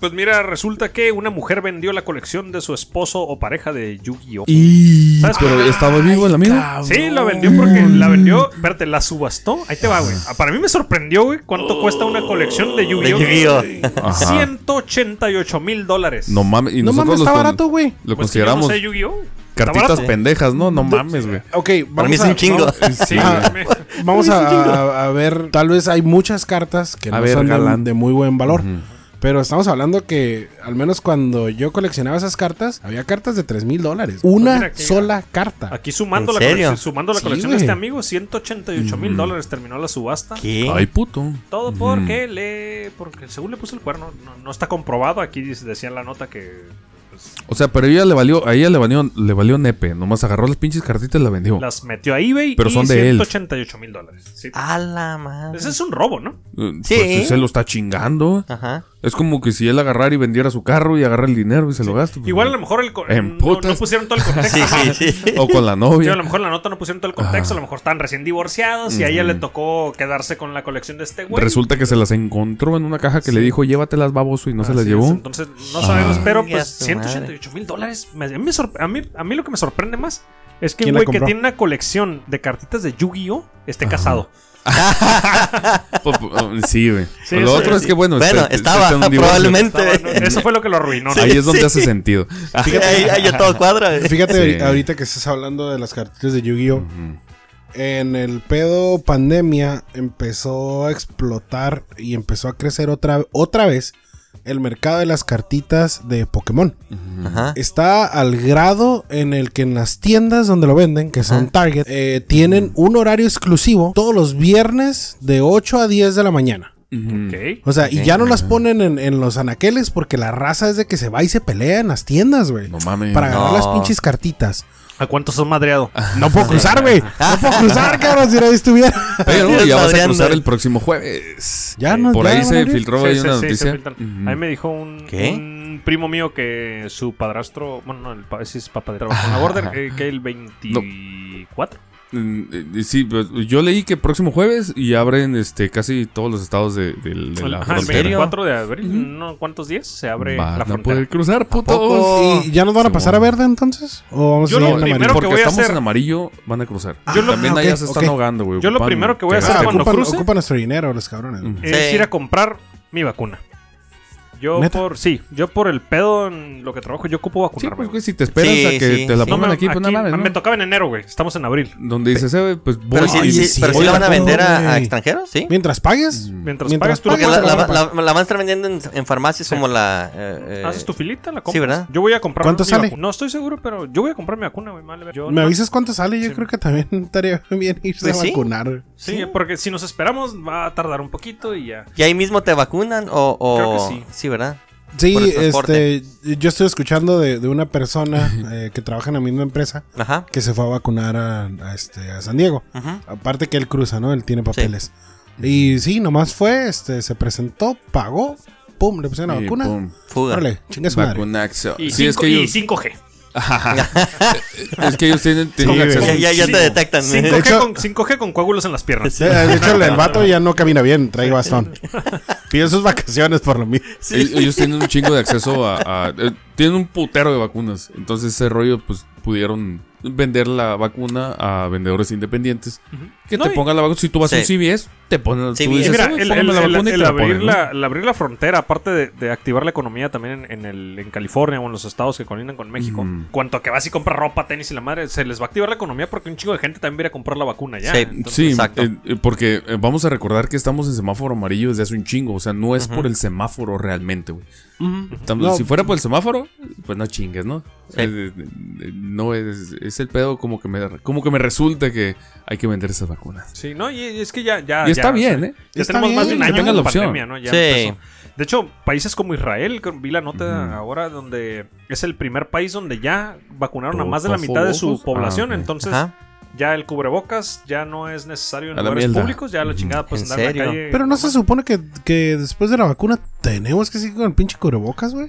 [SPEAKER 2] Pues mira, resulta que una mujer vendió la colección de su esposo o pareja de Yu-Gi-Oh!
[SPEAKER 4] Y
[SPEAKER 2] ¿Sabes
[SPEAKER 4] pero
[SPEAKER 2] por qué?
[SPEAKER 4] estaba vivo el amigo.
[SPEAKER 2] Sí, la vendió porque la vendió. Espérate, la subastó. Ahí te va, güey. Ah, Para mí me sorprendió, güey, cuánto cuesta una colección de
[SPEAKER 3] De
[SPEAKER 2] Yu-Gi-Oh!
[SPEAKER 3] Yu-Gi-Oh!
[SPEAKER 2] 188 mil dólares.
[SPEAKER 4] No mames, y
[SPEAKER 5] No mames,
[SPEAKER 4] nosotros
[SPEAKER 5] está
[SPEAKER 4] lo con-
[SPEAKER 5] barato, güey.
[SPEAKER 4] Lo
[SPEAKER 2] Pues que yo
[SPEAKER 4] consideramos
[SPEAKER 2] no sé Yu-Gi-Oh! ¿Está
[SPEAKER 4] cartitas
[SPEAKER 2] barato?
[SPEAKER 4] pendejas, ¿no? No mames, güey.
[SPEAKER 5] Ok, vamos
[SPEAKER 3] Para mí es
[SPEAKER 5] a-
[SPEAKER 3] un chingo.
[SPEAKER 2] Sí,
[SPEAKER 5] Ah.
[SPEAKER 2] güey.
[SPEAKER 5] Vamos a, a- a ver, tal vez hay muchas cartas que
[SPEAKER 4] A
[SPEAKER 5] no
[SPEAKER 4] ver,
[SPEAKER 5] son de,
[SPEAKER 4] galán.
[SPEAKER 5] de muy buen valor. Pero estamos hablando que, al menos cuando yo coleccionaba esas cartas, había cartas de 3 mil dólares. Una
[SPEAKER 2] mira que-
[SPEAKER 5] sola carta.
[SPEAKER 2] Aquí sumando
[SPEAKER 3] ¿En
[SPEAKER 2] la,
[SPEAKER 3] serio?
[SPEAKER 2] colección, sumando la
[SPEAKER 5] Sí,
[SPEAKER 2] colección
[SPEAKER 5] güey.
[SPEAKER 2] de este amigo, 188 mil
[SPEAKER 4] Mm.
[SPEAKER 2] dólares terminó la subasta.
[SPEAKER 3] ¿Qué?
[SPEAKER 4] Ay, puto. Mm.
[SPEAKER 2] Todo porque le. Porque según le puso el cuerno, no, no está comprobado. Aquí dice- decía en la nota que pues,
[SPEAKER 4] O sea, pero ella le valió, a ella le valió, le valió nepe. Nomás agarró las pinches cartitas y las vendió.
[SPEAKER 2] las metió a eBay
[SPEAKER 4] Pero
[SPEAKER 2] y
[SPEAKER 4] son de él.
[SPEAKER 2] 188 mil dólares. Sí.
[SPEAKER 3] A la madre.
[SPEAKER 2] Ese es un robo, ¿no?
[SPEAKER 4] Eh,
[SPEAKER 3] Sí. Ah.
[SPEAKER 4] Pues se lo está chingando.
[SPEAKER 3] Ajá.
[SPEAKER 4] Es como que si él agarrara y vendiera su carro y agarra el dinero y se lo gasta. pues,
[SPEAKER 2] Igual a lo mejor el co-
[SPEAKER 4] En
[SPEAKER 2] no,
[SPEAKER 4] putas.
[SPEAKER 2] no pusieron todo el contexto.
[SPEAKER 3] Sí, sí, sí.
[SPEAKER 4] O con la
[SPEAKER 2] Sí, a
[SPEAKER 4] novia.
[SPEAKER 2] lo mejor en la nota no pusieron todo el contexto, a lo mejor estaban recién divorciados y a ella le tocó quedarse con la colección de este güey.
[SPEAKER 4] Resulta que se las encontró en una caja que le dijo, llévatelas, baboso, y no se las
[SPEAKER 2] Así
[SPEAKER 4] llevó.
[SPEAKER 2] Ah, es, entonces, no sabemos,
[SPEAKER 3] Ah.
[SPEAKER 2] pero
[SPEAKER 3] Chinga
[SPEAKER 2] pues
[SPEAKER 3] su
[SPEAKER 2] 188 mil dólares. me- A mí, me sorpre- a, mí, a mí lo que me sorprende más es que un
[SPEAKER 5] ¿Quién la
[SPEAKER 2] güey que
[SPEAKER 5] compró?
[SPEAKER 2] tiene una colección de cartitas de Yu-Gi-Oh! esté casado.
[SPEAKER 4] Po- po- Pues, oh, Sí, güey.
[SPEAKER 2] Sí,
[SPEAKER 4] lo
[SPEAKER 2] sí,
[SPEAKER 4] otro
[SPEAKER 2] sí.
[SPEAKER 4] es que, bueno,
[SPEAKER 3] Bueno,
[SPEAKER 4] este- este
[SPEAKER 3] estaba
[SPEAKER 4] está en un divorcio.
[SPEAKER 3] probablemente.
[SPEAKER 2] Estaba- no, Ah, eso fue lo que lo arruinó. ¿no?
[SPEAKER 4] Ahí es donde
[SPEAKER 3] Sí.
[SPEAKER 4] hace sentido. Ah,
[SPEAKER 3] Sí, ahí, ahí yo todo cuadra. güey.
[SPEAKER 5] Fíjate
[SPEAKER 4] Sí.
[SPEAKER 5] ahorita- ahorita que estás hablando de las cartitas de Yu-Gi-Oh! En el pedo pandemia empezó a explotar y empezó a crecer otra, otra vez el mercado de las cartitas de Pokémon.
[SPEAKER 3] Ajá.
[SPEAKER 5] Está al grado en el que en las tiendas donde lo venden, que son
[SPEAKER 3] Ajá.
[SPEAKER 5] Target, eh, tienen un horario exclusivo todos los viernes de 8 a 10 de la mañana.
[SPEAKER 4] Ujú.
[SPEAKER 2] Ok.
[SPEAKER 5] O sea, y ya no las ponen en, en los anaqueles porque la raza es de que se va y se pelea en las tiendas, güey.
[SPEAKER 4] No mames.
[SPEAKER 5] Para agarrar
[SPEAKER 3] No.
[SPEAKER 5] las pinches cartitas.
[SPEAKER 2] ¿A cuántos son madreado?
[SPEAKER 5] No puedo cruzar, güey. No puedo cruzar, cabrón, si nadie estuviera.
[SPEAKER 4] Pero ya vas a
[SPEAKER 3] Madreando.
[SPEAKER 4] cruzar el próximo jueves.
[SPEAKER 5] Ya no,
[SPEAKER 4] Por
[SPEAKER 5] ya
[SPEAKER 4] ahí
[SPEAKER 5] van a
[SPEAKER 4] se
[SPEAKER 5] abrir.
[SPEAKER 4] filtró
[SPEAKER 2] Sí,
[SPEAKER 4] ahí
[SPEAKER 2] sí,
[SPEAKER 4] una
[SPEAKER 2] sí, se
[SPEAKER 4] noticia.
[SPEAKER 2] filtran.
[SPEAKER 4] Ujú.
[SPEAKER 2] A mí me dijo un,
[SPEAKER 3] ¿Qué?
[SPEAKER 2] un primo mío que su padrastro, bueno, no, el pa- ese es papá de trabajo en la border, que, que el 24.
[SPEAKER 4] Mm, eh, Sí, pues, yo leí que próximo jueves y abren este casi todos los estados de, del- de
[SPEAKER 2] El-
[SPEAKER 4] la
[SPEAKER 2] ajá, el
[SPEAKER 4] frontera.
[SPEAKER 2] 24 de abril, no, ¿cuántos días? Se abre
[SPEAKER 4] Van
[SPEAKER 2] la
[SPEAKER 4] a
[SPEAKER 2] frontera.
[SPEAKER 4] poder cruzar, putos.
[SPEAKER 3] poco?
[SPEAKER 5] ¿Y ya nos van a pasar a verde entonces? ¿O vamos
[SPEAKER 2] Yo
[SPEAKER 5] a
[SPEAKER 2] lo
[SPEAKER 5] seguir en
[SPEAKER 2] primero
[SPEAKER 5] amarillo?
[SPEAKER 2] que
[SPEAKER 4] Porque
[SPEAKER 2] voy a
[SPEAKER 4] estamos
[SPEAKER 2] hacer-
[SPEAKER 4] en amarillo, van a cruzar.
[SPEAKER 2] Yo lo-
[SPEAKER 4] También
[SPEAKER 5] ah,
[SPEAKER 4] allá
[SPEAKER 5] ok,
[SPEAKER 4] se
[SPEAKER 5] ok.
[SPEAKER 4] están ahogando, güey.
[SPEAKER 2] Yo lo
[SPEAKER 4] ocupan
[SPEAKER 2] primero que voy a hacer
[SPEAKER 5] Ah,
[SPEAKER 4] gasten.
[SPEAKER 2] cuando
[SPEAKER 5] ocupan,
[SPEAKER 2] cruce.
[SPEAKER 5] ocupan nuestro dinero los cabrones. güey.
[SPEAKER 2] es
[SPEAKER 3] Sí.
[SPEAKER 2] ir a comprar mi vacuna. Yo
[SPEAKER 5] ¿Neta?
[SPEAKER 2] por sí, yo por el pedo en lo que trabajo, yo ocupo
[SPEAKER 4] Sí,
[SPEAKER 2] vacunarme.
[SPEAKER 4] pues,
[SPEAKER 2] güey.
[SPEAKER 4] güey, si te esperas
[SPEAKER 3] Sí,
[SPEAKER 4] a que
[SPEAKER 3] sí,
[SPEAKER 4] te la
[SPEAKER 3] sí.
[SPEAKER 2] No
[SPEAKER 4] pongan
[SPEAKER 2] me,
[SPEAKER 4] aquí, pues
[SPEAKER 2] aquí-
[SPEAKER 4] nada,
[SPEAKER 2] me
[SPEAKER 4] ¿no?
[SPEAKER 2] tocaba en enero, güey. Estamos en abril.
[SPEAKER 4] Donde dices, eh, güey, pues
[SPEAKER 3] Pero
[SPEAKER 4] voy-
[SPEAKER 3] sí,
[SPEAKER 5] Ay,
[SPEAKER 3] sí,
[SPEAKER 5] sí,
[SPEAKER 3] pero sí
[SPEAKER 5] voy
[SPEAKER 3] la
[SPEAKER 5] a
[SPEAKER 3] van a
[SPEAKER 5] todo,
[SPEAKER 3] vender a, a
[SPEAKER 5] güey.
[SPEAKER 3] extranjeros, ¿sí?
[SPEAKER 5] Mientras pagues.
[SPEAKER 4] Mm.
[SPEAKER 2] Mientras,
[SPEAKER 5] Mientras
[SPEAKER 2] pagas tú
[SPEAKER 3] Porque
[SPEAKER 5] pagues, ¿Cómo
[SPEAKER 3] la,
[SPEAKER 5] se la
[SPEAKER 3] la,
[SPEAKER 5] van a
[SPEAKER 3] la- la van a estar vendiendo en, en farmacias como la. eh, eh,
[SPEAKER 2] haces Ah, tu filita, la compras.
[SPEAKER 3] Sí, ¿verdad?
[SPEAKER 2] Yo voy a comprar
[SPEAKER 5] ¿Cuánto
[SPEAKER 2] mi
[SPEAKER 5] sale?
[SPEAKER 2] vacuna. No estoy seguro, pero yo voy a comprar mi vacuna, güey. me vale ver. Yo
[SPEAKER 5] ¿Me
[SPEAKER 2] no-
[SPEAKER 5] avisas cuánto sale? Yo
[SPEAKER 2] Sí.
[SPEAKER 5] creo que también estaría bien irse
[SPEAKER 3] Pues
[SPEAKER 5] a
[SPEAKER 3] sí.
[SPEAKER 5] vacunar.
[SPEAKER 2] Sí, porque si nos esperamos va a tardar un poquito y ya.
[SPEAKER 3] ¿Y ahí mismo te vacunan? O, o-
[SPEAKER 2] Creo que sí.
[SPEAKER 3] ¿verdad?
[SPEAKER 5] Sí,
[SPEAKER 3] Por el transporte.
[SPEAKER 5] este, yo estoy escuchando de, de una persona eh, que trabaja en la misma empresa
[SPEAKER 3] Ajá.
[SPEAKER 5] que se fue a vacunar a, a este, a San Diego.
[SPEAKER 3] Ujú.
[SPEAKER 5] Aparte que él cruza, ¿no? Él tiene papeles. Y sí, nomás fue, este, se presentó, pagó, pum, le pusieron la
[SPEAKER 4] Y
[SPEAKER 5] vacuna.
[SPEAKER 4] pum,
[SPEAKER 3] Fuga.
[SPEAKER 5] Órale, chinga su madre.
[SPEAKER 4] Vacunaxo.
[SPEAKER 2] Y,
[SPEAKER 4] Sí, es
[SPEAKER 2] cinco-
[SPEAKER 4] que
[SPEAKER 2] y
[SPEAKER 4] ellos.
[SPEAKER 2] 5G.
[SPEAKER 4] Es que ellos tienen, tienen
[SPEAKER 5] Sí,
[SPEAKER 4] acceso.
[SPEAKER 3] Ya, ya, ya
[SPEAKER 2] Sí.
[SPEAKER 3] te detectan.
[SPEAKER 5] De
[SPEAKER 2] 5G,
[SPEAKER 5] hecho-
[SPEAKER 2] con, 5G con coágulos en las piernas.
[SPEAKER 5] De, de hecho, el, el vato ya no camina bien, trae bastón. Pide sus vacaciones por lo mismo.
[SPEAKER 4] El- Ellos tienen un chingo de acceso a. a- eh, tienen un putero de vacunas. Entonces, ese rollo, pues pudieron vender la vacuna a vendedores independientes. Que
[SPEAKER 2] No,
[SPEAKER 4] te
[SPEAKER 2] y-
[SPEAKER 4] pongan la vacuna. Si tú vas a un
[SPEAKER 3] Sí.
[SPEAKER 4] CVS, te ponen tú
[SPEAKER 3] CVS.
[SPEAKER 4] dices,
[SPEAKER 2] Mira,
[SPEAKER 4] "Ah, güey,
[SPEAKER 2] el,
[SPEAKER 4] póngame
[SPEAKER 2] el-
[SPEAKER 4] la
[SPEAKER 2] el-
[SPEAKER 4] vacuna y
[SPEAKER 2] el
[SPEAKER 4] te la
[SPEAKER 2] abrir,
[SPEAKER 4] ponen", ¿no?
[SPEAKER 2] la, el abrir la frontera, aparte de, de activar la economía también en, en el, en California o en los estados que colindan con México, cuanto a que vas y compras ropa, tenis y la madre, se les va a activar la economía porque un chico de gente también va a ir a comprar la vacuna ya.
[SPEAKER 3] Sí.
[SPEAKER 2] Entonces,
[SPEAKER 4] Sí,
[SPEAKER 3] Exacto.
[SPEAKER 4] eh, eh, porque eh, vamos a recordar que estamos en semáforo amarillo desde hace un chingo. O sea, no es por el semáforo realmente, güey. Tam-
[SPEAKER 5] No.
[SPEAKER 4] Si fuera por el semáforo, pues no chingues, ¿no?
[SPEAKER 3] Sí.
[SPEAKER 4] Eh, eh, eh, no es, es el pedo como que me como que me resulta que hay que vender esas vacunas.
[SPEAKER 2] Sí, no, y, y es que ya. ya
[SPEAKER 4] y está
[SPEAKER 2] Ah, ya,
[SPEAKER 4] bien,
[SPEAKER 2] o sea,
[SPEAKER 4] ¿eh?
[SPEAKER 2] Ya
[SPEAKER 5] Está
[SPEAKER 2] tenemos más de
[SPEAKER 5] bien,
[SPEAKER 2] un
[SPEAKER 5] que
[SPEAKER 2] año
[SPEAKER 4] tengan
[SPEAKER 2] con
[SPEAKER 4] la
[SPEAKER 2] la
[SPEAKER 4] opción.
[SPEAKER 2] pandemia, ¿no? Ya
[SPEAKER 3] Sí.
[SPEAKER 2] empezó. De hecho, países como Israel, que vi la nota
[SPEAKER 4] Ujú.
[SPEAKER 2] ahora donde es el primer país donde ya vacunaron a
[SPEAKER 4] ¿Todos
[SPEAKER 2] más de la mitad de su
[SPEAKER 4] ojos? Ah,
[SPEAKER 2] población.
[SPEAKER 4] ok.
[SPEAKER 2] Entonces,
[SPEAKER 3] Ajá.
[SPEAKER 2] ya el cubrebocas ya no es necesario en
[SPEAKER 4] A la
[SPEAKER 2] lugares
[SPEAKER 4] mierda.
[SPEAKER 2] públicos. Ya la
[SPEAKER 4] Ujú.
[SPEAKER 2] chingada, pues
[SPEAKER 3] Mm, ¿En
[SPEAKER 2] andar en
[SPEAKER 3] serio?
[SPEAKER 2] la calle.
[SPEAKER 5] Pero no se supone que, que después de la vacuna tenemos que seguir con el pinche cubrebocas, güey.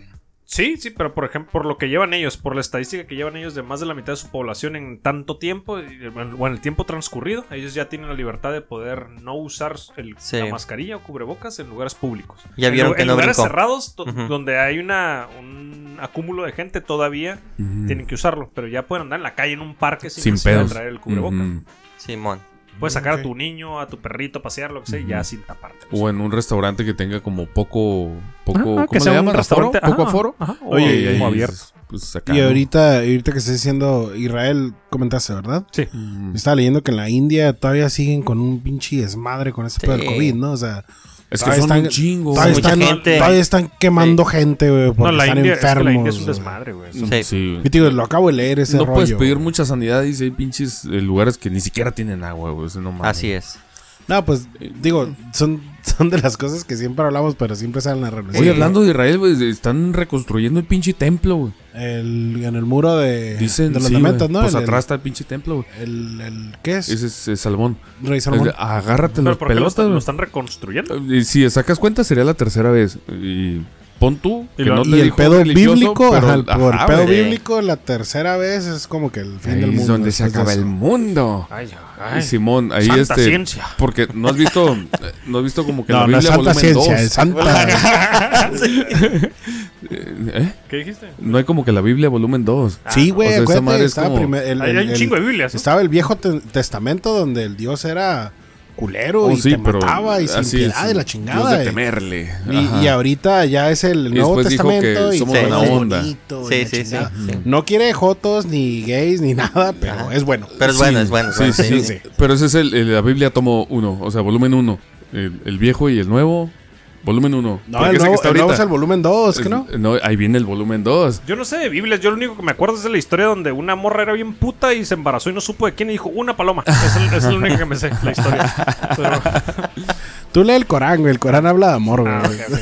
[SPEAKER 2] Sí, sí, pero por ejemplo, por lo que llevan ellos, por la estadística que llevan ellos de más de la mitad de su población en tanto tiempo, y- o en el tiempo transcurrido, ellos ya tienen la libertad de poder no usar el-
[SPEAKER 3] Sí.
[SPEAKER 2] la mascarilla o cubrebocas en lugares públicos.
[SPEAKER 3] Ya
[SPEAKER 2] En
[SPEAKER 3] vieron
[SPEAKER 2] lu-
[SPEAKER 3] que
[SPEAKER 2] en
[SPEAKER 3] no
[SPEAKER 2] lugares
[SPEAKER 3] brincó.
[SPEAKER 2] cerrados, to-
[SPEAKER 3] Ujú.
[SPEAKER 2] donde hay una, un acúmulo de gente, todavía tienen que usarlo, pero ya pueden andar en la calle, en un parque, sin,
[SPEAKER 4] Mm. Sin
[SPEAKER 2] necesidad de
[SPEAKER 4] pedos.
[SPEAKER 2] traer el cubrebocas.
[SPEAKER 4] Ujú.
[SPEAKER 3] Simón.
[SPEAKER 2] Puedes sacar
[SPEAKER 5] Ok.
[SPEAKER 2] a tu niño, a tu perrito, a pasear, lo que sea, y ya
[SPEAKER 4] Ujú.
[SPEAKER 2] sin taparte.
[SPEAKER 4] O en un restaurante que tenga como poco poco
[SPEAKER 2] Ajá,
[SPEAKER 4] ¿cómo le llaman? ¿Aforo? poco
[SPEAKER 2] ajá,
[SPEAKER 4] aforo.
[SPEAKER 2] ajá, o-
[SPEAKER 5] Oye,
[SPEAKER 4] Y
[SPEAKER 2] o
[SPEAKER 4] ahí,
[SPEAKER 2] abierto.
[SPEAKER 4] pues, acá,
[SPEAKER 5] Y
[SPEAKER 4] ¿no?
[SPEAKER 5] ahorita, ahorita que estás diciendo Israel, comentaste, ¿verdad?
[SPEAKER 4] Mm.
[SPEAKER 5] Estaba leyendo que en la India todavía siguen con un pinche desmadre con este pedo del
[SPEAKER 3] Sí.
[SPEAKER 5] COVID, ¿no? O sea,
[SPEAKER 4] Es que
[SPEAKER 5] Todavía
[SPEAKER 4] son
[SPEAKER 5] están-
[SPEAKER 4] un chingo.
[SPEAKER 5] todavía
[SPEAKER 3] mucha
[SPEAKER 5] están,
[SPEAKER 3] gente.
[SPEAKER 5] todavía están quemando gente, güey, porque
[SPEAKER 2] No, la
[SPEAKER 5] están
[SPEAKER 2] India, es que la
[SPEAKER 5] enfermos.
[SPEAKER 2] India es un
[SPEAKER 5] güey.
[SPEAKER 2] desmadre, güey.
[SPEAKER 3] Sí.
[SPEAKER 4] Sí.
[SPEAKER 5] Y te digo, lo acabo de leer ese
[SPEAKER 4] No
[SPEAKER 5] rollo.
[SPEAKER 4] puedes pedir
[SPEAKER 5] güey.
[SPEAKER 4] mucha sanidad y si hay pinches eh, lugares que ni siquiera tienen agua, güey. Eso no mames.
[SPEAKER 3] Así es.
[SPEAKER 5] No, pues, digo, son, son de las cosas que siempre hablamos, pero siempre salen a relucir.
[SPEAKER 4] Oye, hablando de Israel, güey, están reconstruyendo el pinche templo, güey.
[SPEAKER 5] El- en el muro de,
[SPEAKER 4] Dicen,
[SPEAKER 5] Eh, de los
[SPEAKER 4] sí,
[SPEAKER 5] lamentos,
[SPEAKER 4] güey,
[SPEAKER 5] ¿no?
[SPEAKER 4] Pues
[SPEAKER 5] El-
[SPEAKER 4] atrás está el pinche templo, güey.
[SPEAKER 5] El, el, ¿Qué es?
[SPEAKER 4] Ese es, eh, Salmón.
[SPEAKER 5] Rey Salomón.
[SPEAKER 4] Es de, agárrate
[SPEAKER 2] Pero
[SPEAKER 4] los
[SPEAKER 2] ¿por qué lo
[SPEAKER 4] pelotas,
[SPEAKER 2] están- lo
[SPEAKER 4] güey.
[SPEAKER 2] están reconstruyendo?
[SPEAKER 4] Eh, Si sacas cuenta, sería la tercera vez. Y pon tú.
[SPEAKER 2] Y
[SPEAKER 4] que
[SPEAKER 2] lo-
[SPEAKER 4] no
[SPEAKER 5] y
[SPEAKER 4] te
[SPEAKER 5] el
[SPEAKER 4] dijo
[SPEAKER 5] pedo
[SPEAKER 4] religioso,
[SPEAKER 5] bíblico,
[SPEAKER 4] pero-
[SPEAKER 5] ajá, el, por el
[SPEAKER 4] ajá,
[SPEAKER 5] pedo
[SPEAKER 4] güey.
[SPEAKER 5] bíblico, la tercera vez es como que el fin
[SPEAKER 4] Ahí
[SPEAKER 5] del mundo.
[SPEAKER 4] es donde se
[SPEAKER 5] después de
[SPEAKER 4] acaba el
[SPEAKER 5] eso.
[SPEAKER 4] mundo.
[SPEAKER 2] Ay,
[SPEAKER 4] Y
[SPEAKER 2] ay.
[SPEAKER 4] Simón, ahí
[SPEAKER 2] Santa
[SPEAKER 4] este.
[SPEAKER 2] ciencia.
[SPEAKER 4] Porque no has visto. eh, no has visto como que
[SPEAKER 5] No,
[SPEAKER 4] la Biblia
[SPEAKER 5] no es santa
[SPEAKER 4] volumen
[SPEAKER 5] ciencia,
[SPEAKER 4] dos.
[SPEAKER 5] es
[SPEAKER 2] Ah,
[SPEAKER 5] santa.
[SPEAKER 4] Eh, ¿eh?
[SPEAKER 2] ¿Qué dijiste?
[SPEAKER 4] No hay como que la Biblia volumen 2.
[SPEAKER 5] sí,
[SPEAKER 4] O
[SPEAKER 5] güey,
[SPEAKER 4] sea, esa
[SPEAKER 5] acuérdate,
[SPEAKER 4] madre es
[SPEAKER 5] estaba
[SPEAKER 4] como-
[SPEAKER 5] primero- el-
[SPEAKER 2] Ahí hay
[SPEAKER 5] el-
[SPEAKER 2] un chingo de Biblias. ¿no?
[SPEAKER 5] Estaba el Viejo Te- Testamento donde el Dios era culero
[SPEAKER 4] Oh,
[SPEAKER 5] y
[SPEAKER 4] sí,
[SPEAKER 5] te
[SPEAKER 4] pero
[SPEAKER 5] mataba y sin
[SPEAKER 4] así
[SPEAKER 5] piedad
[SPEAKER 4] es,
[SPEAKER 5] y la
[SPEAKER 4] Dios
[SPEAKER 5] chingada.
[SPEAKER 4] de
[SPEAKER 5] y-
[SPEAKER 4] temerle.
[SPEAKER 5] Y, y
[SPEAKER 4] Ajá.
[SPEAKER 5] ahorita ya es el
[SPEAKER 4] Y
[SPEAKER 5] Nuevo
[SPEAKER 4] después dijo que
[SPEAKER 5] Testamento y
[SPEAKER 4] somos
[SPEAKER 5] todo
[SPEAKER 3] buena
[SPEAKER 5] es
[SPEAKER 4] onda.
[SPEAKER 5] bonito y
[SPEAKER 3] Sí,
[SPEAKER 5] la
[SPEAKER 3] sí, sí,
[SPEAKER 5] chingada.
[SPEAKER 3] sí.
[SPEAKER 5] No quiere jotos ni gays ni nada, pero
[SPEAKER 3] Ajá.
[SPEAKER 5] es bueno.
[SPEAKER 3] Pero es
[SPEAKER 4] Sí,
[SPEAKER 3] bueno, es bueno. es
[SPEAKER 4] Sí,
[SPEAKER 3] bueno,
[SPEAKER 4] sí,
[SPEAKER 5] sí,
[SPEAKER 4] sí,
[SPEAKER 5] sí.
[SPEAKER 4] Pero ese es el, el- la Biblia tomo 1, o sea, volumen 1. El, el viejo y el nuevo, volumen 1.
[SPEAKER 5] No, el nuevo, el nuevo es el volumen 2, ¿que no?
[SPEAKER 4] ahí viene el volumen 2.
[SPEAKER 2] Yo no sé de Biblias, yo lo único que me acuerdo es de la historia donde una morra era bien puta y se embarazó y no supo de quién y dijo una paloma. Es, el- es la única que me sé, la historia. Pero-
[SPEAKER 5] Tú lee el Corán, güey. El Corán habla de amor, güey.
[SPEAKER 2] Ah, ok, ok.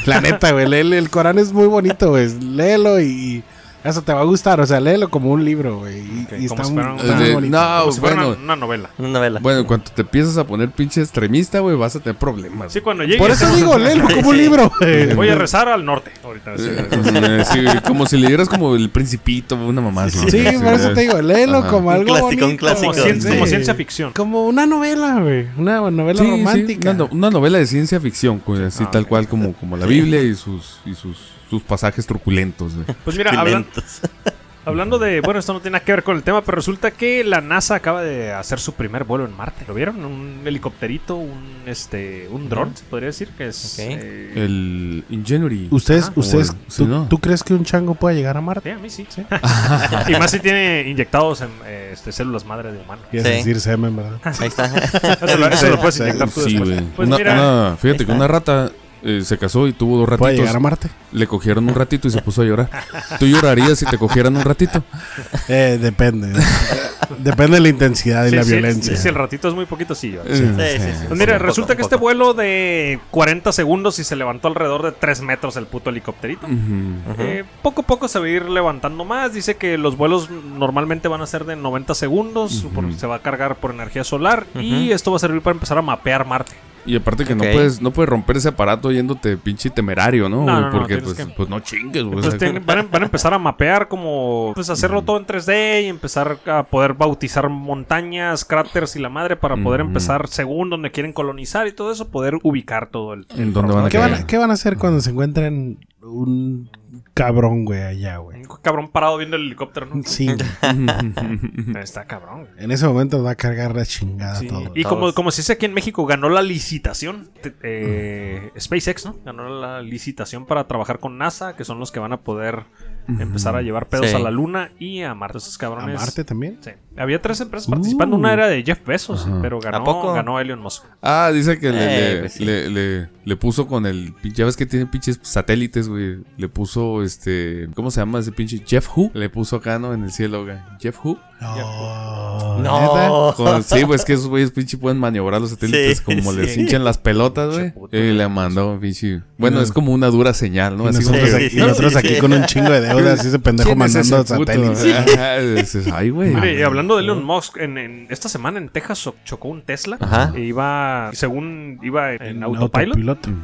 [SPEAKER 5] La neta, güey. lee- lee- el Corán es muy bonito, güey. Léelo y eso te va a gustar. O sea, léelo como un libro, güey. Y,
[SPEAKER 2] Ok,
[SPEAKER 5] y
[SPEAKER 2] como
[SPEAKER 5] está
[SPEAKER 2] si
[SPEAKER 5] un-
[SPEAKER 2] fuera un-
[SPEAKER 5] está muy
[SPEAKER 4] Eh,
[SPEAKER 5] bonito.
[SPEAKER 4] no,
[SPEAKER 2] Como si fuera
[SPEAKER 4] bueno,
[SPEAKER 2] una, una novela.
[SPEAKER 3] Una novela.
[SPEAKER 4] bueno, en cuanto te empiezas a poner pinche extremista, güey, vas a tener problemas.
[SPEAKER 2] Sí, cuando llegue.
[SPEAKER 5] Por eso digo, léelo como un libro, güey.
[SPEAKER 2] Voy a rezar al norte ahorita. sí.
[SPEAKER 4] Eh, sí, como si le dieras como el principito, una mamá. así.
[SPEAKER 5] Sí, por eso te digo, léelo
[SPEAKER 4] Ajá.
[SPEAKER 5] como
[SPEAKER 3] Un
[SPEAKER 5] algo
[SPEAKER 3] clásico, un
[SPEAKER 5] bonito.
[SPEAKER 2] Como,
[SPEAKER 3] clásico.
[SPEAKER 2] cien-
[SPEAKER 5] sí.
[SPEAKER 2] como ciencia ficción.
[SPEAKER 5] Como una novela, güey. Una novela
[SPEAKER 4] Sí, sí,
[SPEAKER 5] romántica.
[SPEAKER 4] una, no- una novela de ciencia ficción, pues, así
[SPEAKER 2] Ah,
[SPEAKER 4] tal
[SPEAKER 2] ok.
[SPEAKER 4] cual como, como la Biblia y sus, y sus, sus pasajes truculentos. güey.
[SPEAKER 2] Pues mira, hablan- hablando de. Bueno, esto no tiene nada que ver con el tema, pero resulta que la NASA acaba de hacer su primer vuelo en Marte. ¿Lo vieron? Un helicópterito, un este un dron, se podría decir, que es.
[SPEAKER 3] Ok.
[SPEAKER 2] eh,
[SPEAKER 4] El Ingenuity.
[SPEAKER 5] Ustedes,
[SPEAKER 4] Ah,
[SPEAKER 5] ustedes,
[SPEAKER 4] bueno, sí,
[SPEAKER 5] ¿tú,
[SPEAKER 4] no.
[SPEAKER 5] tú crees que un chango pueda llegar a Marte?
[SPEAKER 2] Sí, a mí sí. y más si tiene inyectados en eh, este, células madre de humano.
[SPEAKER 5] Quieres
[SPEAKER 3] Sí.
[SPEAKER 5] decir semen, ¿verdad?
[SPEAKER 3] Ahí está.
[SPEAKER 2] Eso lo, eso lo puedes
[SPEAKER 5] Sí,
[SPEAKER 2] inyectar tú
[SPEAKER 4] Sí,
[SPEAKER 2] después.
[SPEAKER 4] güey.
[SPEAKER 2] Pues
[SPEAKER 4] Una-
[SPEAKER 2] mira,
[SPEAKER 4] una- fíjate que una rata eh, se casó y tuvo dos
[SPEAKER 5] ¿Puede llegar
[SPEAKER 4] ratitos.
[SPEAKER 5] a Marte?
[SPEAKER 4] Le cogieron un ratito y se puso a llorar. ¿Tú llorarías si te cogieran un ratito?
[SPEAKER 5] Eh, depende. depende de la intensidad y
[SPEAKER 2] sí,
[SPEAKER 5] la
[SPEAKER 2] sí,
[SPEAKER 5] violencia.
[SPEAKER 2] sí, si el ratito es muy poquito, sí. yo.
[SPEAKER 4] Eh,
[SPEAKER 3] Sí, sí, sí.
[SPEAKER 2] Pues mira,
[SPEAKER 3] Un poco,
[SPEAKER 2] resulta
[SPEAKER 3] un
[SPEAKER 2] que este
[SPEAKER 3] poco.
[SPEAKER 2] vuelo de 40 segundos y se levantó alrededor de 3 metros el puto helicópterito.
[SPEAKER 4] ujú.
[SPEAKER 3] Ujú.
[SPEAKER 2] Eh, poco a poco se va a ir levantando más. Dice que los vuelos normalmente van a ser de 90 segundos.
[SPEAKER 4] Ujú.
[SPEAKER 2] porque se va a cargar por energía solar. Y esto va a servir para empezar a mapear Marte.
[SPEAKER 4] Y aparte que
[SPEAKER 3] Ok.
[SPEAKER 4] no puedes no puedes romper ese aparato yéndote pinche temerario, ¿no?
[SPEAKER 2] No, no, no,
[SPEAKER 4] Porque
[SPEAKER 2] tienes
[SPEAKER 4] pues,
[SPEAKER 2] que-
[SPEAKER 4] pues no chingues, güey.
[SPEAKER 2] Entonces
[SPEAKER 4] O sea,
[SPEAKER 2] tienen- van, a, van a empezar a mapear como... Pues hacerlo todo en 3D y empezar a poder bautizar montañas, cráteres y la madre para poder
[SPEAKER 4] Ujú.
[SPEAKER 2] empezar según donde quieren colonizar y todo eso, poder ubicar todo el... el
[SPEAKER 4] ¿Dónde van a
[SPEAKER 5] ¿Qué van, a,
[SPEAKER 4] caer?
[SPEAKER 5] qué van a hacer cuando se encuentren un cabrón, güey, allá, güey?
[SPEAKER 2] Un cabrón parado viendo el helicóptero, ¿no?
[SPEAKER 5] Sí.
[SPEAKER 2] Está cabrón. güey.
[SPEAKER 5] en ese momento va a cargar la chingada
[SPEAKER 2] Sí,
[SPEAKER 5] todo.
[SPEAKER 2] Y
[SPEAKER 3] todos.
[SPEAKER 2] como, como se dice aquí en México, ganó la licitación. te- eh, SpaceX, ¿no? Ganó la licitación para trabajar con NASA, que son los que van a poder empezar a llevar pedos
[SPEAKER 3] Sí.
[SPEAKER 2] a la Luna y a Marte. Esos
[SPEAKER 5] ¿A
[SPEAKER 2] cabrones.
[SPEAKER 5] Marte también?
[SPEAKER 2] Sí. Había tres empresas participando.
[SPEAKER 4] Uh.
[SPEAKER 2] Una era de Jeff Bezos,
[SPEAKER 4] Ajá.
[SPEAKER 2] pero
[SPEAKER 3] ¿A
[SPEAKER 2] ganó,
[SPEAKER 3] poco?
[SPEAKER 2] ganó Elon Musk.
[SPEAKER 4] Ah, dice que le,
[SPEAKER 3] Eh,
[SPEAKER 4] le-
[SPEAKER 3] pues sí.
[SPEAKER 4] le- le- Le puso con el. pinche- Ya ves que tiene pinches satélites, güey. Le puso este. ¿Cómo se llama ese pinche? Jeff Who. Le puso acá, ¿no? En el cielo, güey. Jeff Who.
[SPEAKER 5] No. ¿neta?
[SPEAKER 3] No.
[SPEAKER 4] Con- sí, güey, es que esos güeyes pinche pueden maniobrar los satélites
[SPEAKER 3] Sí,
[SPEAKER 4] como les
[SPEAKER 3] sí.
[SPEAKER 4] hinchan las pelotas, güey.
[SPEAKER 2] Pinche puto,
[SPEAKER 4] Y le
[SPEAKER 2] güey.
[SPEAKER 4] mandó, pinche. Bueno,
[SPEAKER 5] no-
[SPEAKER 4] es como una dura señal, ¿no?
[SPEAKER 5] Y
[SPEAKER 4] Así como
[SPEAKER 5] nosotros,
[SPEAKER 3] Sí,
[SPEAKER 5] aquí,
[SPEAKER 3] sí,
[SPEAKER 5] y nosotros
[SPEAKER 3] sí.
[SPEAKER 5] aquí con un chingo de deudas y ese pendejo
[SPEAKER 4] ¿Quién es ese
[SPEAKER 5] mandando
[SPEAKER 4] puto?
[SPEAKER 5] satélites.
[SPEAKER 2] eh?
[SPEAKER 4] Ajá, dices, Ay, güey.
[SPEAKER 2] Mire, y hablando de Elon Musk, en, en- esta semana en Texas so- chocó un Tesla.
[SPEAKER 3] Ajá.
[SPEAKER 2] E iba, según iba en,
[SPEAKER 5] En
[SPEAKER 2] autopilot.
[SPEAKER 5] autopiloto.
[SPEAKER 4] Ujú,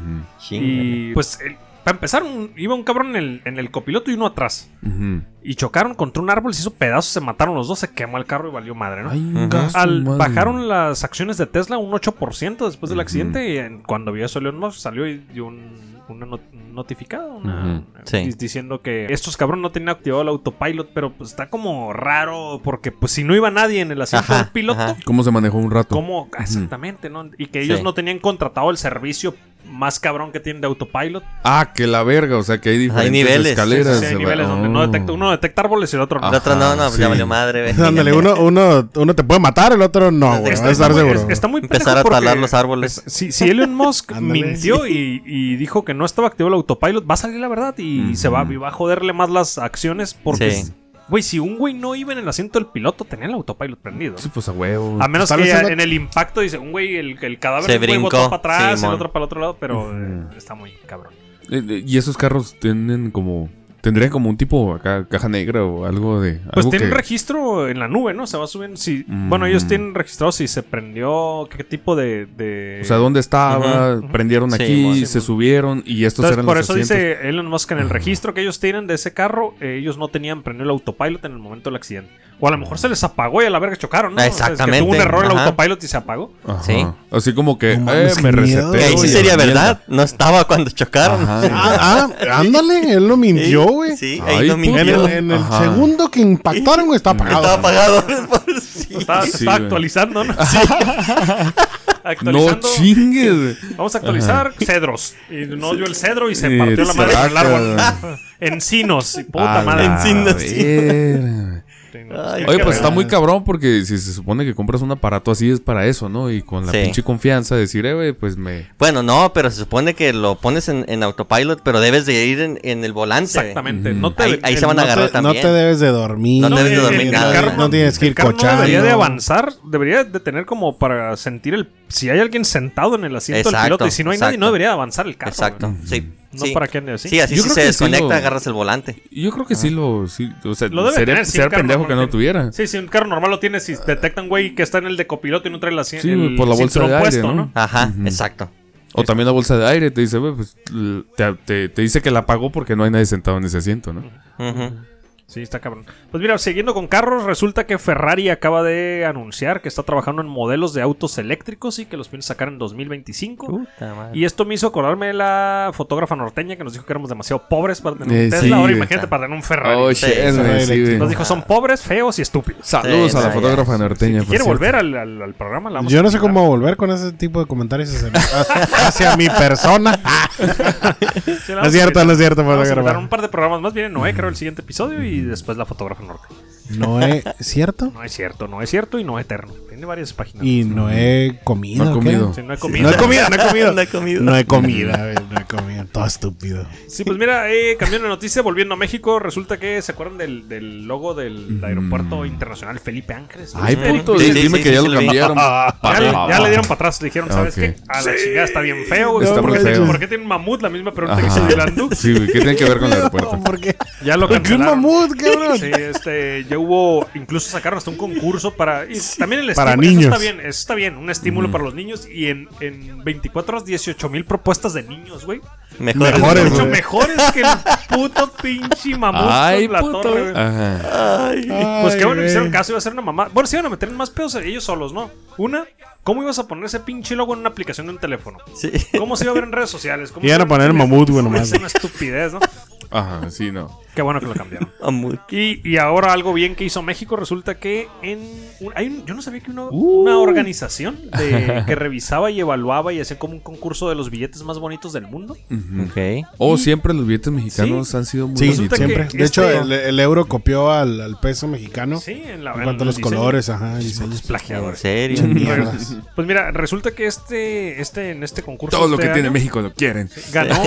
[SPEAKER 2] Y pues, el- para empezar, un- iba un cabrón en el, en el copiloto y uno atrás.
[SPEAKER 4] ujú.
[SPEAKER 2] Y chocaron contra un árbol, se hizo pedazos, se mataron los dos, se quemó el carro y valió madre, ¿no?
[SPEAKER 4] Ay,
[SPEAKER 3] Ujú.
[SPEAKER 4] gasto,
[SPEAKER 2] Al,
[SPEAKER 4] madre.
[SPEAKER 2] bajaron las acciones de Tesla un 8% después del
[SPEAKER 4] Ujú.
[SPEAKER 2] accidente y en- cuando vio eso Elon Musk salió y dio un, una not- un notificado una-
[SPEAKER 4] Ujú.
[SPEAKER 3] Sí.
[SPEAKER 2] di- diciendo que estos cabrón no tenían activado el autopilot pero pues está como raro porque pues si no iba nadie en el asiento
[SPEAKER 3] Ajá,
[SPEAKER 2] del piloto
[SPEAKER 3] ajá.
[SPEAKER 4] ¿Cómo se manejó un rato?
[SPEAKER 2] ¿cómo? exactamente no y que ellos
[SPEAKER 3] Sí.
[SPEAKER 2] no tenían contratado el servicio más cabrón que tienen de autopilot
[SPEAKER 4] Ah, que la verga, o sea que hay diferentes
[SPEAKER 3] niveles.
[SPEAKER 4] escaleras.
[SPEAKER 2] Sí, hay
[SPEAKER 4] se va-
[SPEAKER 2] niveles donde no
[SPEAKER 4] Oh.
[SPEAKER 2] detecta uno detecta árboles y el otro no
[SPEAKER 3] El otro no, no,
[SPEAKER 4] Ajá,
[SPEAKER 3] ya
[SPEAKER 4] sí.
[SPEAKER 3] valió madre, güey.
[SPEAKER 5] Dándole, uno, uno, uno te puede matar, el otro no, güey. Vas a estar
[SPEAKER 2] muy-
[SPEAKER 5] seguro.
[SPEAKER 2] Este es- está muy
[SPEAKER 3] Empezar
[SPEAKER 2] pendejo
[SPEAKER 3] a talar
[SPEAKER 2] porque-
[SPEAKER 3] los árboles.
[SPEAKER 2] Si, si Elon Musk
[SPEAKER 5] Ándale.
[SPEAKER 2] mintió y, y dijo que no estaba activo el autopilot, va a salir la verdad y
[SPEAKER 4] Ujú.
[SPEAKER 2] se va, y va a joderle más las acciones porque,
[SPEAKER 3] Sí.
[SPEAKER 2] güey, si un güey no iba en el asiento del piloto, tenía el autopilot prendido.
[SPEAKER 4] Sí, pues a huevo.
[SPEAKER 2] A menos
[SPEAKER 5] Tal
[SPEAKER 2] que
[SPEAKER 5] vez es lo-
[SPEAKER 2] en el impacto, dice, un güey, el, el cadáver
[SPEAKER 3] Se
[SPEAKER 2] del güey botó
[SPEAKER 3] brincó,
[SPEAKER 2] para atrás,
[SPEAKER 3] Simón.
[SPEAKER 2] el otro para el otro lado, pero
[SPEAKER 4] Ujú.
[SPEAKER 2] eh, está muy cabrón.
[SPEAKER 4] Eh, eh, Y esos carros tienen como. Tendrían como un tipo acá, caja negra o algo de.
[SPEAKER 2] Pues
[SPEAKER 4] algo
[SPEAKER 2] tienen
[SPEAKER 4] que-
[SPEAKER 2] registro en la nube, ¿no? Se va subiendo. Si,
[SPEAKER 4] Mm.
[SPEAKER 2] Bueno, ellos tienen registrado si se prendió, qué tipo de. de-
[SPEAKER 4] O sea, ¿dónde estaba?
[SPEAKER 2] ujú.
[SPEAKER 4] Prendieron
[SPEAKER 3] Sí,
[SPEAKER 4] aquí,
[SPEAKER 3] mo-
[SPEAKER 2] sí,
[SPEAKER 4] se
[SPEAKER 2] mo-
[SPEAKER 4] subieron y estos
[SPEAKER 2] Entonces,
[SPEAKER 4] eran
[SPEAKER 2] por
[SPEAKER 4] los
[SPEAKER 2] eso
[SPEAKER 4] asientos.
[SPEAKER 2] dice Elon Musk en el registro que ellos tienen de ese carro, eh, ellos no tenían prendido el autopilot en el momento del accidente. O a lo mejor se les apagó y a la verga chocaron, ¿no? O sea, es que
[SPEAKER 3] Exactamente,
[SPEAKER 2] tuvo un error el
[SPEAKER 3] ajá.
[SPEAKER 2] autopilot y se apagó.
[SPEAKER 4] Ajá.
[SPEAKER 3] Sí.
[SPEAKER 4] Así como que.
[SPEAKER 5] No mames,
[SPEAKER 4] eh, me
[SPEAKER 5] qué miedo.
[SPEAKER 4] reseté.
[SPEAKER 3] Que ahí
[SPEAKER 5] Oye,
[SPEAKER 3] sí sería verdad. No estaba cuando chocaron.
[SPEAKER 5] Ah, ah, ándale, él lo
[SPEAKER 3] Sí,
[SPEAKER 5] mintió, güey.
[SPEAKER 3] Sí, ahí
[SPEAKER 4] Ay,
[SPEAKER 3] lo mintió.
[SPEAKER 5] En el, Ah,
[SPEAKER 4] puta.
[SPEAKER 5] en el
[SPEAKER 4] Ajá.
[SPEAKER 5] segundo que impactaron, güey, está apagado.
[SPEAKER 3] Estaba apagado. Sí.
[SPEAKER 2] Estaba,
[SPEAKER 4] Sí,
[SPEAKER 2] estaba
[SPEAKER 4] güey.
[SPEAKER 2] actualizando, ¿no?
[SPEAKER 4] No
[SPEAKER 2] actualizando.
[SPEAKER 4] chingues.
[SPEAKER 2] Vamos a actualizar cedros. Y no dio el cedro y se
[SPEAKER 4] Eh,
[SPEAKER 2] partió la madre con el árbol.
[SPEAKER 4] saca.
[SPEAKER 2] Encinos. Y
[SPEAKER 4] Este, A
[SPEAKER 2] puta madre.
[SPEAKER 4] Ah, la
[SPEAKER 3] Encinas,
[SPEAKER 4] verga.
[SPEAKER 3] Ay,
[SPEAKER 4] Oye, pues
[SPEAKER 5] Qué
[SPEAKER 4] está
[SPEAKER 5] raro.
[SPEAKER 4] muy cabrón porque si se supone que compras un aparato así es para eso, ¿no? Y con la
[SPEAKER 3] Sí.
[SPEAKER 4] pinche confianza decir, eh, güey, pues me...
[SPEAKER 3] Bueno, no, pero se supone que lo pones en, en autopilot, pero debes de ir en, en el volante.
[SPEAKER 2] Exactamente. No te,
[SPEAKER 3] Ahí- ahí se
[SPEAKER 2] el-
[SPEAKER 3] van a
[SPEAKER 5] No te-
[SPEAKER 3] agarrar
[SPEAKER 5] no
[SPEAKER 3] también.
[SPEAKER 5] te debes de dormir.
[SPEAKER 3] No debes de
[SPEAKER 2] el-
[SPEAKER 3] dormir
[SPEAKER 2] eh, el
[SPEAKER 3] nada.
[SPEAKER 2] carro
[SPEAKER 3] No
[SPEAKER 2] no-
[SPEAKER 5] tienes que ir
[SPEAKER 2] el carro no
[SPEAKER 5] cochando.
[SPEAKER 2] debería de avanzar, debería de tener como para sentir el si hay alguien sentado en el asiento del
[SPEAKER 3] Exacto,
[SPEAKER 2] piloto y si no hay nadie
[SPEAKER 3] exacto.
[SPEAKER 2] no debería de avanzar el carro.
[SPEAKER 3] Exacto.
[SPEAKER 2] güey.
[SPEAKER 3] Sí.
[SPEAKER 2] No
[SPEAKER 3] sí.
[SPEAKER 2] para qué ande así.
[SPEAKER 3] Sí, eh, así si
[SPEAKER 4] Yo creo
[SPEAKER 3] se
[SPEAKER 4] que sí
[SPEAKER 3] desconecta,
[SPEAKER 4] lo-
[SPEAKER 3] agarras el volante.
[SPEAKER 4] Yo creo que sí lo... Sí, o sea,
[SPEAKER 2] Lo debe
[SPEAKER 4] sería,
[SPEAKER 2] tener, sí,
[SPEAKER 4] sería
[SPEAKER 2] el carro
[SPEAKER 4] pendejo que no
[SPEAKER 2] normal tiene.
[SPEAKER 4] tuviera.
[SPEAKER 2] Sí, si un carro normal lo tiene, si detectan güey que está en el de copiloto y no trae la
[SPEAKER 4] Sí, güey, por la bolsa de aire, ¿no?
[SPEAKER 3] Ajá,
[SPEAKER 4] Ujú.
[SPEAKER 3] exacto.
[SPEAKER 4] O también la bolsa de aire te dice, güey, pues l- te, te- te dice que la pagó porque no hay nadie sentado en ese asiento, ¿no?
[SPEAKER 3] Ujú.
[SPEAKER 2] Sí, está cabrón. Pues mira, siguiendo con carros, resulta que Ferrari acaba de anunciar que está trabajando en modelos de autos eléctricos y que los piensa sacar en 2025.
[SPEAKER 3] Puta madre.
[SPEAKER 2] Y esto me hizo acordarme de la fotógrafa norteña que nos dijo que éramos demasiado pobres para tener un
[SPEAKER 4] Eh,
[SPEAKER 2] Tesla.
[SPEAKER 4] sí,
[SPEAKER 2] Ahora
[SPEAKER 4] güey.
[SPEAKER 2] imagínate para tener un Ferrari.
[SPEAKER 4] Oh,
[SPEAKER 3] Sí,
[SPEAKER 4] shit,
[SPEAKER 3] sí,
[SPEAKER 4] güey,
[SPEAKER 5] sí,
[SPEAKER 4] sí, güey.
[SPEAKER 2] Nos dijo, son pobres, feos y estúpidos.
[SPEAKER 4] Saludos
[SPEAKER 3] Sí,
[SPEAKER 4] a la
[SPEAKER 3] no,
[SPEAKER 4] fotógrafa
[SPEAKER 3] ya.
[SPEAKER 4] norteña.
[SPEAKER 2] Si
[SPEAKER 4] por
[SPEAKER 2] quiere
[SPEAKER 4] pues,
[SPEAKER 2] volver
[SPEAKER 4] cierto.
[SPEAKER 2] al, al- al programa, la vamos
[SPEAKER 5] Yo
[SPEAKER 2] a
[SPEAKER 5] no sé
[SPEAKER 2] invitar.
[SPEAKER 5] cómo volver con ese tipo de comentarios hacia, hacia mi persona.
[SPEAKER 2] Sí, la vamos
[SPEAKER 5] no es
[SPEAKER 2] a
[SPEAKER 5] cierto,
[SPEAKER 2] invitar.
[SPEAKER 5] no es cierto,
[SPEAKER 2] Vamos a
[SPEAKER 5] vamos a
[SPEAKER 2] invitar
[SPEAKER 5] grabar.
[SPEAKER 2] un par de programas más. Viene Noé, creo, el siguiente episodio y después la fotógrafa norte.
[SPEAKER 5] No es cierto
[SPEAKER 2] No es cierto, no es cierto y no es eterno. Tiene varias páginas.
[SPEAKER 5] y no he comido.
[SPEAKER 4] No he
[SPEAKER 5] ¿o qué?
[SPEAKER 4] comido.
[SPEAKER 2] Sí, no he
[SPEAKER 5] No
[SPEAKER 2] comido.
[SPEAKER 5] he comido, no he comido.
[SPEAKER 3] No he comido.
[SPEAKER 5] No he comido, güey, no he comido. Todo estúpido.
[SPEAKER 2] Sí, pues mira, eh, cambiando de noticia, volviendo a México, resulta que se acuerdan del, del logo del
[SPEAKER 5] Mm.
[SPEAKER 2] aeropuerto internacional Felipe Ángeles.
[SPEAKER 4] Ay,
[SPEAKER 2] ¿Viste?
[SPEAKER 4] puto,
[SPEAKER 3] Sí, sí,
[SPEAKER 4] dime
[SPEAKER 3] sí,
[SPEAKER 4] que
[SPEAKER 3] sí,
[SPEAKER 4] ya
[SPEAKER 3] sí
[SPEAKER 4] lo
[SPEAKER 3] lo vi.
[SPEAKER 4] cambiaron.
[SPEAKER 2] Ah, Ya, le- ya le dieron
[SPEAKER 4] para
[SPEAKER 2] para atrás, le dijeron,
[SPEAKER 4] Ah,
[SPEAKER 2] ¿sabes
[SPEAKER 4] ok.
[SPEAKER 2] qué? A la chingada está bien feo, güey.
[SPEAKER 4] Está
[SPEAKER 2] ¿Por
[SPEAKER 4] muy
[SPEAKER 2] qué-
[SPEAKER 4] feo.
[SPEAKER 2] ¿Por qué tiene un mamut? La misma pregunta que
[SPEAKER 4] Ajá.
[SPEAKER 2] hizo Ylandú.
[SPEAKER 4] Sí, güey, ¿qué tiene que ver con el aeropuerto?
[SPEAKER 5] ¿Por qué?
[SPEAKER 2] Ya lo
[SPEAKER 5] ¿Por qué un
[SPEAKER 2] cancelaron.
[SPEAKER 5] mamut, cabrón?
[SPEAKER 2] Sí, este, ya hubo, incluso sacaron hasta un concurso para, y también el
[SPEAKER 5] Para
[SPEAKER 2] estímulo,
[SPEAKER 5] niños.
[SPEAKER 2] Eso está bien, eso está bien, un
[SPEAKER 4] Mm.
[SPEAKER 2] estímulo para los niños y en, en 24 horas 18 mil propuestas de niños, güey.
[SPEAKER 3] Mejor.
[SPEAKER 5] Mejor. Mejores,
[SPEAKER 2] Mucho
[SPEAKER 5] güey.
[SPEAKER 2] mejores que el puto pinche mamut
[SPEAKER 4] Ay,
[SPEAKER 2] con la
[SPEAKER 4] puto.
[SPEAKER 2] torre, güey.
[SPEAKER 4] Ajá.
[SPEAKER 2] Pues qué bueno
[SPEAKER 5] Ay,
[SPEAKER 2] que hicieron
[SPEAKER 5] güey.
[SPEAKER 2] caso, iba a ser una mamá. Bueno, se iban a meter en más pedos ellos solos, ¿no? Una, ¿cómo ibas a poner ese pinche logo en una aplicación de un teléfono?
[SPEAKER 3] Sí.
[SPEAKER 2] ¿Cómo se iba a ver en redes sociales? ¿Cómo
[SPEAKER 5] Iban
[SPEAKER 2] se
[SPEAKER 5] a
[SPEAKER 2] iba
[SPEAKER 5] poner
[SPEAKER 2] ver?
[SPEAKER 5] mamut, güey, nomás.
[SPEAKER 2] Es una estupidez, ¿no?
[SPEAKER 4] Ajá, sí, no.
[SPEAKER 2] Qué bueno que lo cambiaron.
[SPEAKER 3] Amor.
[SPEAKER 2] Y, y ahora algo bien que hizo México, resulta que en un- hay un- yo no sabía que uno-
[SPEAKER 4] Uh.
[SPEAKER 2] una organización de- que revisaba y evaluaba y hacía como un concurso de los billetes más bonitos del mundo.
[SPEAKER 4] Ujú.
[SPEAKER 3] Ok.
[SPEAKER 4] Oh, siempre los billetes mexicanos han sido muy
[SPEAKER 5] Sí,
[SPEAKER 4] bonitos.
[SPEAKER 2] Resulta
[SPEAKER 5] siempre.
[SPEAKER 2] que
[SPEAKER 5] De hecho,
[SPEAKER 2] este-
[SPEAKER 5] el, el euro copió al, al peso mexicano.
[SPEAKER 2] Sí, en, la,
[SPEAKER 5] En
[SPEAKER 2] en
[SPEAKER 5] cuanto a
[SPEAKER 2] el
[SPEAKER 5] los
[SPEAKER 2] diseño.
[SPEAKER 5] colores, ajá. el diseño.
[SPEAKER 2] Pinches
[SPEAKER 3] En
[SPEAKER 2] plagiadores.
[SPEAKER 3] serio.
[SPEAKER 5] Pinche mierdas.
[SPEAKER 2] Pues mira, resulta que este, este en este concurso
[SPEAKER 4] Todo lo que
[SPEAKER 2] este
[SPEAKER 4] tiene
[SPEAKER 2] año
[SPEAKER 4] México lo quieren.
[SPEAKER 2] ganó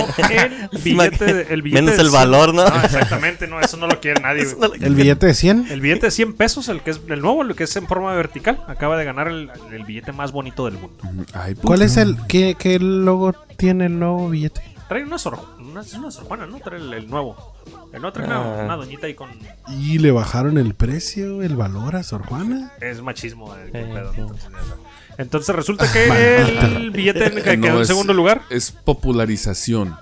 [SPEAKER 2] el billete, de- el billete
[SPEAKER 3] Menos
[SPEAKER 2] de
[SPEAKER 3] el
[SPEAKER 2] cien-
[SPEAKER 3] valor, ¿no?
[SPEAKER 2] No, exactamente, no, eso no lo quiere nadie. güey.
[SPEAKER 5] El billete de 100.
[SPEAKER 2] El billete de 100 pesos, el que es el nuevo, el que es en forma vertical, acaba de ganar el, el billete más bonito del mundo.
[SPEAKER 4] Ay, puta.
[SPEAKER 5] ¿Cuál es el. ¿qué, qué logo tiene el nuevo billete?
[SPEAKER 2] Trae una sor, una, es una sor Juana, ¿no? Trae el, el nuevo. El nuevo trae una,
[SPEAKER 3] Ah.
[SPEAKER 2] una doñita ahí con.
[SPEAKER 5] Y le bajaron el precio, el valor a Sor Juana.
[SPEAKER 2] Es machismo. eh, qué
[SPEAKER 3] Eh,
[SPEAKER 2] pedo,
[SPEAKER 3] sí.
[SPEAKER 2] entonces, ya. Entonces resulta que el billete que
[SPEAKER 4] No,
[SPEAKER 2] quedó en
[SPEAKER 4] es-
[SPEAKER 2] segundo lugar.
[SPEAKER 4] Es popularización.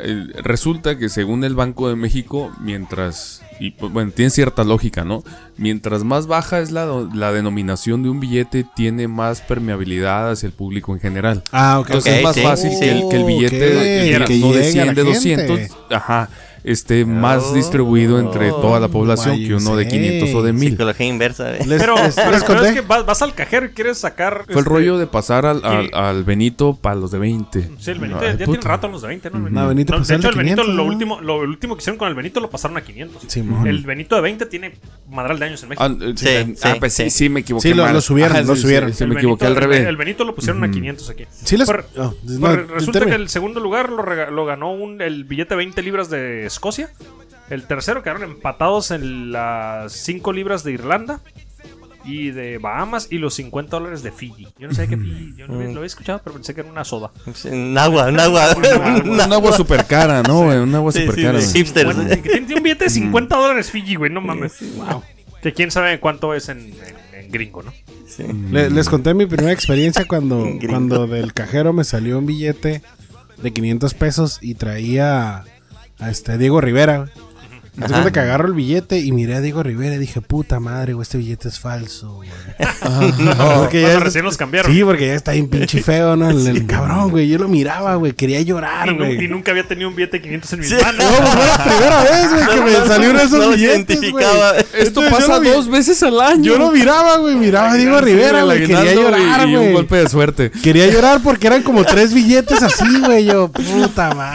[SPEAKER 4] Eh, Resulta que según el Banco de México, mientras... Y pues, bueno, tiene cierta lógica, ¿no? Mientras más baja es la, do- la denominación de un billete, tiene más permeabilidad hacia el público en general.
[SPEAKER 5] Ah, ok.
[SPEAKER 4] Entonces
[SPEAKER 3] Ok,
[SPEAKER 4] es más
[SPEAKER 3] sí.
[SPEAKER 4] fácil que, el, que el
[SPEAKER 5] Oh,
[SPEAKER 4] billete
[SPEAKER 5] ok,
[SPEAKER 4] de-
[SPEAKER 5] el que
[SPEAKER 4] no de
[SPEAKER 5] llegue a
[SPEAKER 4] 100
[SPEAKER 5] la
[SPEAKER 4] de
[SPEAKER 5] gente.
[SPEAKER 4] 200, ajá, esté más
[SPEAKER 3] Oh.
[SPEAKER 4] distribuido entre toda
[SPEAKER 5] Oh,
[SPEAKER 4] la población
[SPEAKER 5] Why
[SPEAKER 4] que uno de
[SPEAKER 5] you
[SPEAKER 4] 500 o de
[SPEAKER 5] say?
[SPEAKER 4] 1000.
[SPEAKER 3] Psicología inversa. ¿eh?
[SPEAKER 5] Les-
[SPEAKER 2] Pero,
[SPEAKER 5] les-
[SPEAKER 2] pero
[SPEAKER 5] les
[SPEAKER 2] el pedo es
[SPEAKER 5] conté.
[SPEAKER 2] que vas, vas al cajero y quieres sacar.
[SPEAKER 4] Fue el
[SPEAKER 2] este,
[SPEAKER 4] rollo de pasar al, al,
[SPEAKER 2] y-
[SPEAKER 4] al Benito para los de 20.
[SPEAKER 2] Sí, el Benito
[SPEAKER 4] Ay,
[SPEAKER 2] ya tiene
[SPEAKER 4] eh, puta.
[SPEAKER 2] rato en los de 20, ¿no? El
[SPEAKER 5] No, Benito
[SPEAKER 2] No,
[SPEAKER 5] pasó
[SPEAKER 2] de
[SPEAKER 5] el
[SPEAKER 2] hecho, el
[SPEAKER 5] de
[SPEAKER 2] Benito,
[SPEAKER 5] 500,
[SPEAKER 2] lo,
[SPEAKER 5] ¿no?
[SPEAKER 2] último, lo último que hicieron con el Benito lo pasaron a 500.
[SPEAKER 5] Simón.
[SPEAKER 2] El Benito de 20 tiene madral de años en México.
[SPEAKER 4] Ah, eh,
[SPEAKER 3] Sí,
[SPEAKER 4] ah,
[SPEAKER 3] sí,
[SPEAKER 4] pues sí,
[SPEAKER 3] sí.
[SPEAKER 4] sí, me equivoqué.
[SPEAKER 5] Sí, lo-
[SPEAKER 4] mal. Ah,
[SPEAKER 5] lo subieron, lo
[SPEAKER 4] sí,
[SPEAKER 5] subieron.
[SPEAKER 4] sí, sí,
[SPEAKER 2] El
[SPEAKER 4] me
[SPEAKER 2] Benito-
[SPEAKER 4] equivoqué al
[SPEAKER 2] el-
[SPEAKER 4] revés.
[SPEAKER 2] El Benito lo pusieron a 500 aquí.
[SPEAKER 5] Sí les-
[SPEAKER 2] Por-
[SPEAKER 5] oh,
[SPEAKER 2] por-
[SPEAKER 5] no,
[SPEAKER 2] resulta
[SPEAKER 5] termina.
[SPEAKER 2] que el segundo lugar lo, rega- lo ganó un, el billete de 20 libras de Escocia. El tercero quedaron empatados en las 5 libras de Irlanda y de Bahamas y los 50 dólares de Fiji. Yo no sé qué Fiji, yo no lo había escuchado, pero pensé que era una soda.
[SPEAKER 3] Un agua, un agua.
[SPEAKER 4] Un agua super cara, ¿no? güey? Un agua
[SPEAKER 3] Sí, sí,
[SPEAKER 4] super cara.
[SPEAKER 3] sí. Hipsters.
[SPEAKER 2] Bueno, tiene, tiene un billete de 50 dólares Fiji, güey, no mames. Que quién sabe cuánto es en, en- en gringo, ¿no?
[SPEAKER 3] Sí.
[SPEAKER 5] Le- les conté mi primera experiencia cuando,
[SPEAKER 3] Gringo.
[SPEAKER 5] cuando del cajero me salió un billete de 500 pesos y traía a este Diego Rivera. Entonces cuando que agarro el billete y miré a Diego Rivera y dije, puta madre, güey, este billete es falso, güey". porque
[SPEAKER 2] Cuando
[SPEAKER 5] ya-
[SPEAKER 2] recién los cambiaron.
[SPEAKER 5] Sí, porque ya está bien pinche feo, ¿no? El, el cabrón, güey. Yo lo miraba, güey. Quería llorar,
[SPEAKER 2] y, nu-
[SPEAKER 5] Ah, güey.
[SPEAKER 2] y nunca había tenido un billete de 500 en mis
[SPEAKER 3] Sí.
[SPEAKER 2] manos.
[SPEAKER 5] No, pues, fue la primera vez, güey, que
[SPEAKER 3] No,
[SPEAKER 5] me
[SPEAKER 3] no,
[SPEAKER 5] salió uno de esos
[SPEAKER 3] no los
[SPEAKER 5] billetes, güey.
[SPEAKER 3] identificaba.
[SPEAKER 4] Esto
[SPEAKER 5] Entonces, yo
[SPEAKER 4] pasa
[SPEAKER 5] lo vi-
[SPEAKER 4] dos veces al año.
[SPEAKER 5] Yo lo miraba, güey. Miraba a Diego Rivera,
[SPEAKER 4] El
[SPEAKER 5] güey. Quería
[SPEAKER 4] aguinaldo
[SPEAKER 5] llorar,
[SPEAKER 4] y- Y un
[SPEAKER 5] güey.
[SPEAKER 4] golpe de suerte.
[SPEAKER 5] Quería llorar porque eran como tres billetes así, güey. Yo, puta madre,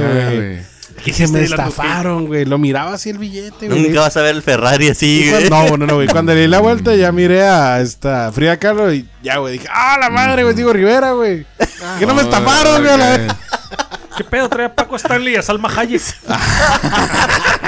[SPEAKER 4] Ajá,
[SPEAKER 5] güey.
[SPEAKER 4] güey.
[SPEAKER 2] ¿Qué
[SPEAKER 5] Que
[SPEAKER 2] hiciste
[SPEAKER 5] me
[SPEAKER 2] este de la tu-
[SPEAKER 5] estafaron, güey. Lo miraba así el billete, güey.
[SPEAKER 3] Nunca vas a ver el Ferrari así,
[SPEAKER 5] Y
[SPEAKER 3] güey.
[SPEAKER 5] cuando- No, no, no, güey. Cuando le di la vuelta ya miré a esta Frida Kahlo y ya, güey. Dije, ah, la madre, güey. Digo Rivera, güey.
[SPEAKER 3] Ah.
[SPEAKER 5] Que no me estafaron, güey. a la vez.
[SPEAKER 2] ¿Qué pedo trae a Paco Stanley y a Salma Hayek? Ah,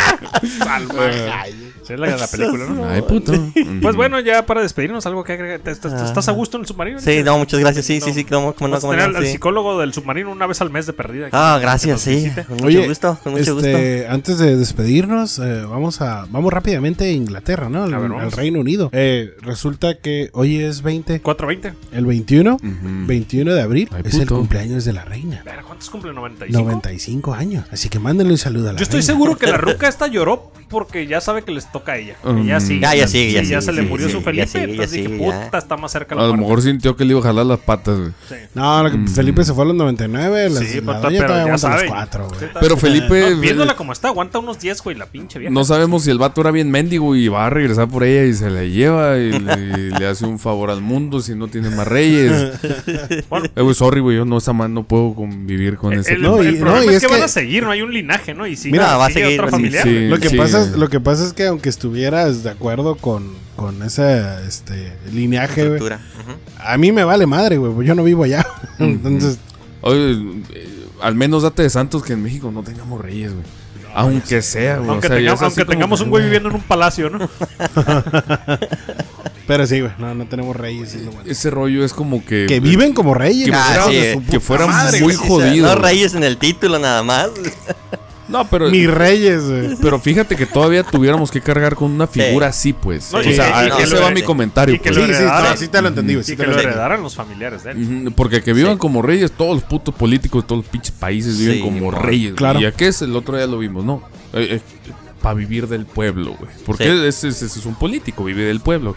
[SPEAKER 2] Salma Hayek. Sí, es la, la película, ¿no?
[SPEAKER 4] Ay, puto.
[SPEAKER 3] mm.
[SPEAKER 2] Pues bueno, ya para despedirnos, algo que agregar. ¿Te- te- te- ¿Estás a gusto en el submarino?
[SPEAKER 3] Ah. eh. Sí, no, muchas gracias. Sí, sí, sí, como, como no,
[SPEAKER 2] Vamos a
[SPEAKER 3] como
[SPEAKER 2] tener
[SPEAKER 3] no,
[SPEAKER 2] al
[SPEAKER 3] sí.
[SPEAKER 2] psicólogo del submarino una vez al mes de perdida. aquí.
[SPEAKER 3] Ah, gracias, sí.
[SPEAKER 2] visite.
[SPEAKER 3] Con mucho
[SPEAKER 5] Oye,
[SPEAKER 3] gusto, con mucho gusto.
[SPEAKER 5] este, antes de despedirnos, eh, vamos a vamos rápidamente a Inglaterra, ¿no? Al,
[SPEAKER 2] A ver,
[SPEAKER 5] al
[SPEAKER 2] vamos.
[SPEAKER 5] Reino Unido. Eh, resulta que hoy es 20,
[SPEAKER 2] 420.
[SPEAKER 5] el 21,
[SPEAKER 4] Ujú.
[SPEAKER 5] 21 de abril,
[SPEAKER 4] Ay,
[SPEAKER 5] es el
[SPEAKER 4] puto.
[SPEAKER 5] cumpleaños de la reina.
[SPEAKER 2] Ver, ¿Cuántos cumple? 95.
[SPEAKER 5] 95 años. Así que mándenle un saludo a la
[SPEAKER 2] Yo estoy
[SPEAKER 5] reina.
[SPEAKER 2] seguro que la ruca esta lloró porque ya sabe que les toca a ella. Que ya
[SPEAKER 4] Mm.
[SPEAKER 2] sí.
[SPEAKER 3] Ya, ya sigue, ya
[SPEAKER 2] Sí,
[SPEAKER 3] sigue,
[SPEAKER 2] se le
[SPEAKER 3] sí,
[SPEAKER 2] murió
[SPEAKER 3] sí,
[SPEAKER 2] su
[SPEAKER 3] ya
[SPEAKER 2] Felipe.
[SPEAKER 3] sigue, ya
[SPEAKER 2] entonces dije,
[SPEAKER 3] sigue, ya.
[SPEAKER 2] puta, está más cerca
[SPEAKER 4] A
[SPEAKER 2] la
[SPEAKER 4] lo
[SPEAKER 2] muerte.
[SPEAKER 4] mejor sintió que le iba a jalar las patas, güey.
[SPEAKER 5] No,
[SPEAKER 4] Mm.
[SPEAKER 5] lo que Felipe se fue a los 99, las,
[SPEAKER 2] Sí,
[SPEAKER 5] la
[SPEAKER 2] pero- pero
[SPEAKER 5] doña todavía
[SPEAKER 2] ya
[SPEAKER 5] aguanta los
[SPEAKER 2] sabe.
[SPEAKER 5] 4, güey.
[SPEAKER 4] Pero Felipe.
[SPEAKER 2] No, viéndola como está, aguanta unos 10, güey, la pinche vieja.
[SPEAKER 4] No sabemos si el vato era bien mendigo y va a regresar por ella y se la lleva y le, y le hace un favor al mundo si no tiene más reyes.
[SPEAKER 2] Bueno.
[SPEAKER 4] Eh, güey, sorry, güey, yo no, esa man no puedo convivir con ese.
[SPEAKER 2] Eh, el,
[SPEAKER 5] no,
[SPEAKER 2] el
[SPEAKER 5] y-
[SPEAKER 2] problema
[SPEAKER 5] no, y
[SPEAKER 2] es,
[SPEAKER 5] es
[SPEAKER 2] que, van
[SPEAKER 5] que-
[SPEAKER 2] a seguir, no hay un linaje, ¿no? Y sigue,
[SPEAKER 3] Mira, va a
[SPEAKER 2] sigue
[SPEAKER 3] seguir,
[SPEAKER 2] otra
[SPEAKER 3] va a seguir,
[SPEAKER 2] familiar.
[SPEAKER 4] sí.
[SPEAKER 2] güey.
[SPEAKER 5] Lo que,
[SPEAKER 4] Sí.
[SPEAKER 5] pasa es, lo que pasa es que aunque estuvieras de acuerdo con, con ese este, lineaje, güey,
[SPEAKER 3] Estructura. Ujú.
[SPEAKER 5] a mí me vale madre, güey, pues yo no vivo allá. Entonces,
[SPEAKER 4] Oye, eh, al menos date de santos que en México no tengamos reyes, güey. Aunque sea, güey.
[SPEAKER 2] Aunque,
[SPEAKER 4] o sea, ya
[SPEAKER 2] tengamos-
[SPEAKER 4] es así
[SPEAKER 2] aunque
[SPEAKER 4] como
[SPEAKER 2] tengamos
[SPEAKER 4] que,
[SPEAKER 2] un güey viviendo en un palacio, ¿no?
[SPEAKER 5] pero sí, güey, no, no tenemos reyes. es lo bueno.
[SPEAKER 4] Ese rollo es como que.
[SPEAKER 5] Que viven como reyes.
[SPEAKER 4] Eh, Que,
[SPEAKER 5] güey.
[SPEAKER 3] Ah,
[SPEAKER 4] fueran,
[SPEAKER 3] sí,
[SPEAKER 4] que
[SPEAKER 3] puta
[SPEAKER 4] fueran
[SPEAKER 5] madre,
[SPEAKER 4] muy
[SPEAKER 3] Sí, sí,
[SPEAKER 4] jodidos.
[SPEAKER 3] No reyes en el título nada más.
[SPEAKER 4] No, pero.
[SPEAKER 5] Mis reyes, güey.
[SPEAKER 4] Pero fíjate que todavía tuviéramos que cargar con una figura así, pues.
[SPEAKER 2] No,
[SPEAKER 4] o
[SPEAKER 2] y-
[SPEAKER 4] sea,
[SPEAKER 2] y-
[SPEAKER 4] a-
[SPEAKER 2] y que
[SPEAKER 4] ese
[SPEAKER 2] lo
[SPEAKER 4] va
[SPEAKER 2] herede-
[SPEAKER 4] mi comentario.
[SPEAKER 2] y que
[SPEAKER 4] pues.
[SPEAKER 2] lo
[SPEAKER 5] Sí, sí,
[SPEAKER 2] heredaron.
[SPEAKER 5] no, sí te lo entendí, güey. sí
[SPEAKER 2] y
[SPEAKER 5] te
[SPEAKER 2] que
[SPEAKER 5] lo
[SPEAKER 2] lo
[SPEAKER 5] entendí.
[SPEAKER 2] heredaran los familiares de él.
[SPEAKER 4] Ujú, Porque que vivan
[SPEAKER 3] Sí.
[SPEAKER 4] como reyes, todos los putos políticos, todos los pinches países viven
[SPEAKER 3] Sí,
[SPEAKER 4] como
[SPEAKER 3] mo-
[SPEAKER 4] reyes. Claro.
[SPEAKER 5] claro.
[SPEAKER 4] Y aquí es el otro día lo vimos, ¿no? Para vivir del pueblo, güey. Porque
[SPEAKER 3] Sí.
[SPEAKER 4] ese, ese- ese es un político, vive del pueblo.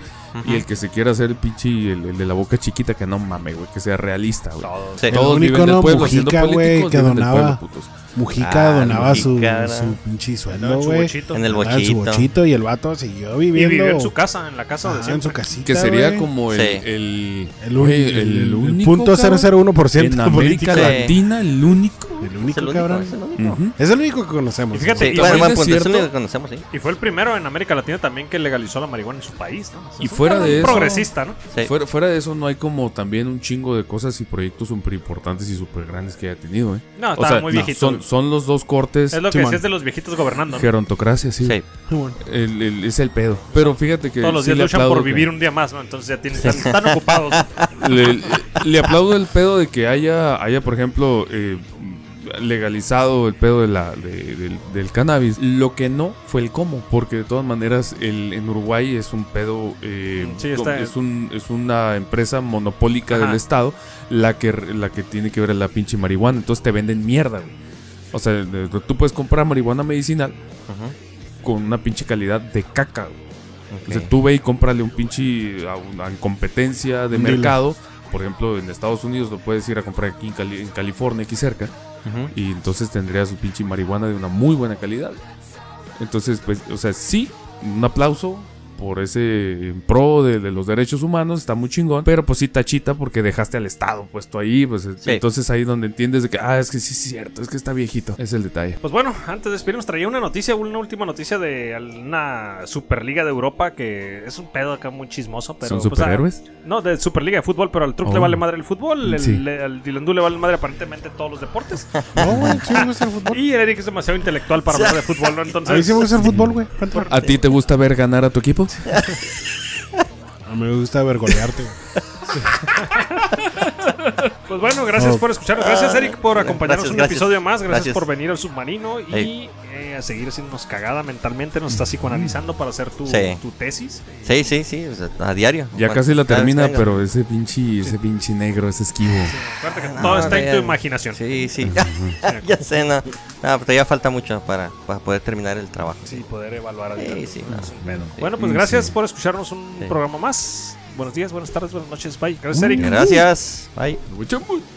[SPEAKER 4] Y el que se quiera hacer pinche, el, el de la boca chiquita, que no mames, güey, que sea realista, güey.
[SPEAKER 2] Todos.
[SPEAKER 3] Sí.
[SPEAKER 4] Todos
[SPEAKER 5] El
[SPEAKER 4] viven
[SPEAKER 5] único,
[SPEAKER 4] del
[SPEAKER 5] ¿no?
[SPEAKER 4] pueblo, siendo
[SPEAKER 5] Mujica, güey,
[SPEAKER 4] políticos,
[SPEAKER 5] que
[SPEAKER 4] viven del
[SPEAKER 5] donaba.
[SPEAKER 4] pueblo, putos.
[SPEAKER 5] Mujica
[SPEAKER 3] Ah,
[SPEAKER 5] donaba su,
[SPEAKER 3] Mujica.
[SPEAKER 5] su pinche sueldo,
[SPEAKER 2] Su
[SPEAKER 5] güey.
[SPEAKER 2] bochito.
[SPEAKER 3] En el
[SPEAKER 5] Andaba en su
[SPEAKER 3] bochito.
[SPEAKER 5] bochito y el vato siguió
[SPEAKER 2] Y
[SPEAKER 5] viviendo.
[SPEAKER 2] vivió en su casa, en la casa
[SPEAKER 5] Ah,
[SPEAKER 2] de
[SPEAKER 5] en
[SPEAKER 2] siempre.
[SPEAKER 5] su casita,
[SPEAKER 4] Que sería
[SPEAKER 5] güey.
[SPEAKER 4] como el,
[SPEAKER 3] Sí.
[SPEAKER 4] el,
[SPEAKER 5] El,
[SPEAKER 4] güey,
[SPEAKER 5] único-
[SPEAKER 4] el- el
[SPEAKER 5] el
[SPEAKER 4] único,
[SPEAKER 5] punto
[SPEAKER 4] cabrón,
[SPEAKER 5] 001%
[SPEAKER 4] en
[SPEAKER 5] de
[SPEAKER 4] América
[SPEAKER 5] política.
[SPEAKER 3] Sí.
[SPEAKER 4] Latina, el único.
[SPEAKER 5] El
[SPEAKER 3] Es
[SPEAKER 5] único,
[SPEAKER 3] el único,
[SPEAKER 5] cabrón.
[SPEAKER 3] es el único.
[SPEAKER 4] Ujú.
[SPEAKER 5] Es el único que conocemos.
[SPEAKER 2] Y fíjate,
[SPEAKER 3] Sí,
[SPEAKER 2] Y
[SPEAKER 3] bueno,
[SPEAKER 4] también
[SPEAKER 3] buen
[SPEAKER 4] es
[SPEAKER 3] punto. Es el
[SPEAKER 4] cierto-
[SPEAKER 3] único que conocemos, sí.
[SPEAKER 2] Y fue el primero en América Latina también que legalizó la marihuana en su país, ¿no?
[SPEAKER 4] Y
[SPEAKER 2] Es un
[SPEAKER 4] fuera
[SPEAKER 2] cabrón
[SPEAKER 4] de eso-
[SPEAKER 2] Progresista, ¿no?
[SPEAKER 3] Sí.
[SPEAKER 4] Fuera, fuera de eso, no hay como también un chingo de cosas y proyectos súper importantes y súper grandes que haya tenido, ¿eh?
[SPEAKER 2] No, Ah, estaba muy
[SPEAKER 4] no,
[SPEAKER 2] viejito.
[SPEAKER 4] son, son los dos cortes.
[SPEAKER 2] Es lo que
[SPEAKER 5] Simón.
[SPEAKER 2] decías de los viejitos gobernando. ¿no?
[SPEAKER 4] Gerontocracia, sí.
[SPEAKER 3] Sí.
[SPEAKER 4] El- el- es el pedo. Pero fíjate que.
[SPEAKER 2] Todos los
[SPEAKER 4] sí
[SPEAKER 2] días
[SPEAKER 4] le
[SPEAKER 2] luchan
[SPEAKER 4] aplaudo
[SPEAKER 2] por
[SPEAKER 4] que-
[SPEAKER 2] vivir un día más, ¿no? Entonces ya tienen, están, están ocupados.
[SPEAKER 4] le, le aplaudo el pedo de que haya, haya por ejemplo, eh, legalizado el pedo de la, de- del, del cannabis. Lo que no fue el cómo, porque de todas maneras el, en Uruguay es un pedo, eh,
[SPEAKER 2] Sí, está-
[SPEAKER 4] es, un, es una empresa monopólica
[SPEAKER 2] Ajá.
[SPEAKER 4] del Estado la que, la que tiene que ver es la pinche marihuana. Entonces te venden mierda, güey. O sea, de- tú puedes comprar marihuana medicinal
[SPEAKER 3] Ajá.
[SPEAKER 4] con una pinche calidad de caca, güey.
[SPEAKER 3] Ok.
[SPEAKER 4] O sea, tú ve y cómprale un pinche a, una competencia de
[SPEAKER 5] Un dealer.
[SPEAKER 4] mercado. Por ejemplo, en Estados Unidos lo puedes ir a comprar aquí en, Cali- en California, aquí cerca.
[SPEAKER 3] Ujú.
[SPEAKER 4] Y entonces tendrías un pinche marihuana de una muy buena calidad. Entonces, pues, o sea, sí, un aplauso por ese en pro de, de los derechos humanos, está muy chingón, pero pues sí tachita porque dejaste al Estado puesto ahí, pues
[SPEAKER 3] Sí.
[SPEAKER 4] entonces ahí donde entiendes de que, ah, es que sí es cierto, es que está viejito, es el detalle.
[SPEAKER 2] Pues bueno, antes de despedirnos, traía una noticia, una última noticia de una Superliga de Europa que es un pedo acá muy chismoso. Pero,
[SPEAKER 4] ¿Son
[SPEAKER 2] pues, ah,
[SPEAKER 4] superhéroes?
[SPEAKER 2] no, de Superliga de fútbol, pero al Truc le
[SPEAKER 4] Oh.
[SPEAKER 2] vale madre el fútbol, el,
[SPEAKER 4] Sí.
[SPEAKER 2] le- al Dilandú le vale madre aparentemente todos los deportes.
[SPEAKER 5] No, güey, sí me gusta el fútbol.
[SPEAKER 2] y el Eric es demasiado intelectual para hablar de fútbol, ¿no?
[SPEAKER 5] A mí
[SPEAKER 2] Entonces,
[SPEAKER 5] sí me gusta el fútbol, güey. Falta.
[SPEAKER 4] ¿A ti te gusta ver ganar a tu equipo?
[SPEAKER 5] A mí me gusta vergolearte.
[SPEAKER 2] pues bueno, gracias
[SPEAKER 5] Oh.
[SPEAKER 2] por escucharnos. Gracias, Eric, por
[SPEAKER 3] Ah,
[SPEAKER 2] acompañarnos
[SPEAKER 3] gracias,
[SPEAKER 2] un
[SPEAKER 3] gracias.
[SPEAKER 2] episodio más. Gracias,
[SPEAKER 3] Gracias.
[SPEAKER 2] por venir al submarino y
[SPEAKER 3] Ey.
[SPEAKER 2] eh, a seguir haciéndonos cagada mentalmente. Nos estás psicoanalizando para hacer tu,
[SPEAKER 3] Sí.
[SPEAKER 2] tu tesis.
[SPEAKER 3] Sí, sí, sí, o sea, a diario.
[SPEAKER 4] Ya
[SPEAKER 3] Bueno,
[SPEAKER 4] casi la
[SPEAKER 3] cada vez
[SPEAKER 4] termina,
[SPEAKER 3] que venga.
[SPEAKER 4] pero ese pinche, ese pinche negro, ese esquivo.
[SPEAKER 2] Acuérdate que
[SPEAKER 3] No,
[SPEAKER 2] todo está en
[SPEAKER 3] ya-
[SPEAKER 2] tu imaginación.
[SPEAKER 3] Ah, Sí, sí. ya sé, no. No, pero todavía falta mucho para, para poder terminar el trabajo.
[SPEAKER 2] Sí, poder evaluar al
[SPEAKER 3] Sí,
[SPEAKER 2] tanto.
[SPEAKER 3] sí, no.
[SPEAKER 2] Es un pedo.
[SPEAKER 3] Sí.
[SPEAKER 2] Bueno, pues
[SPEAKER 4] Mm,
[SPEAKER 2] gracias
[SPEAKER 4] sí.
[SPEAKER 2] por escucharnos un
[SPEAKER 3] Sí. Uh,
[SPEAKER 2] programa más. Buenos días, buenas tardes, buenas noches. Bye. Gracias, Eric.
[SPEAKER 3] Gracias. Bye.
[SPEAKER 4] Mucho, mucho.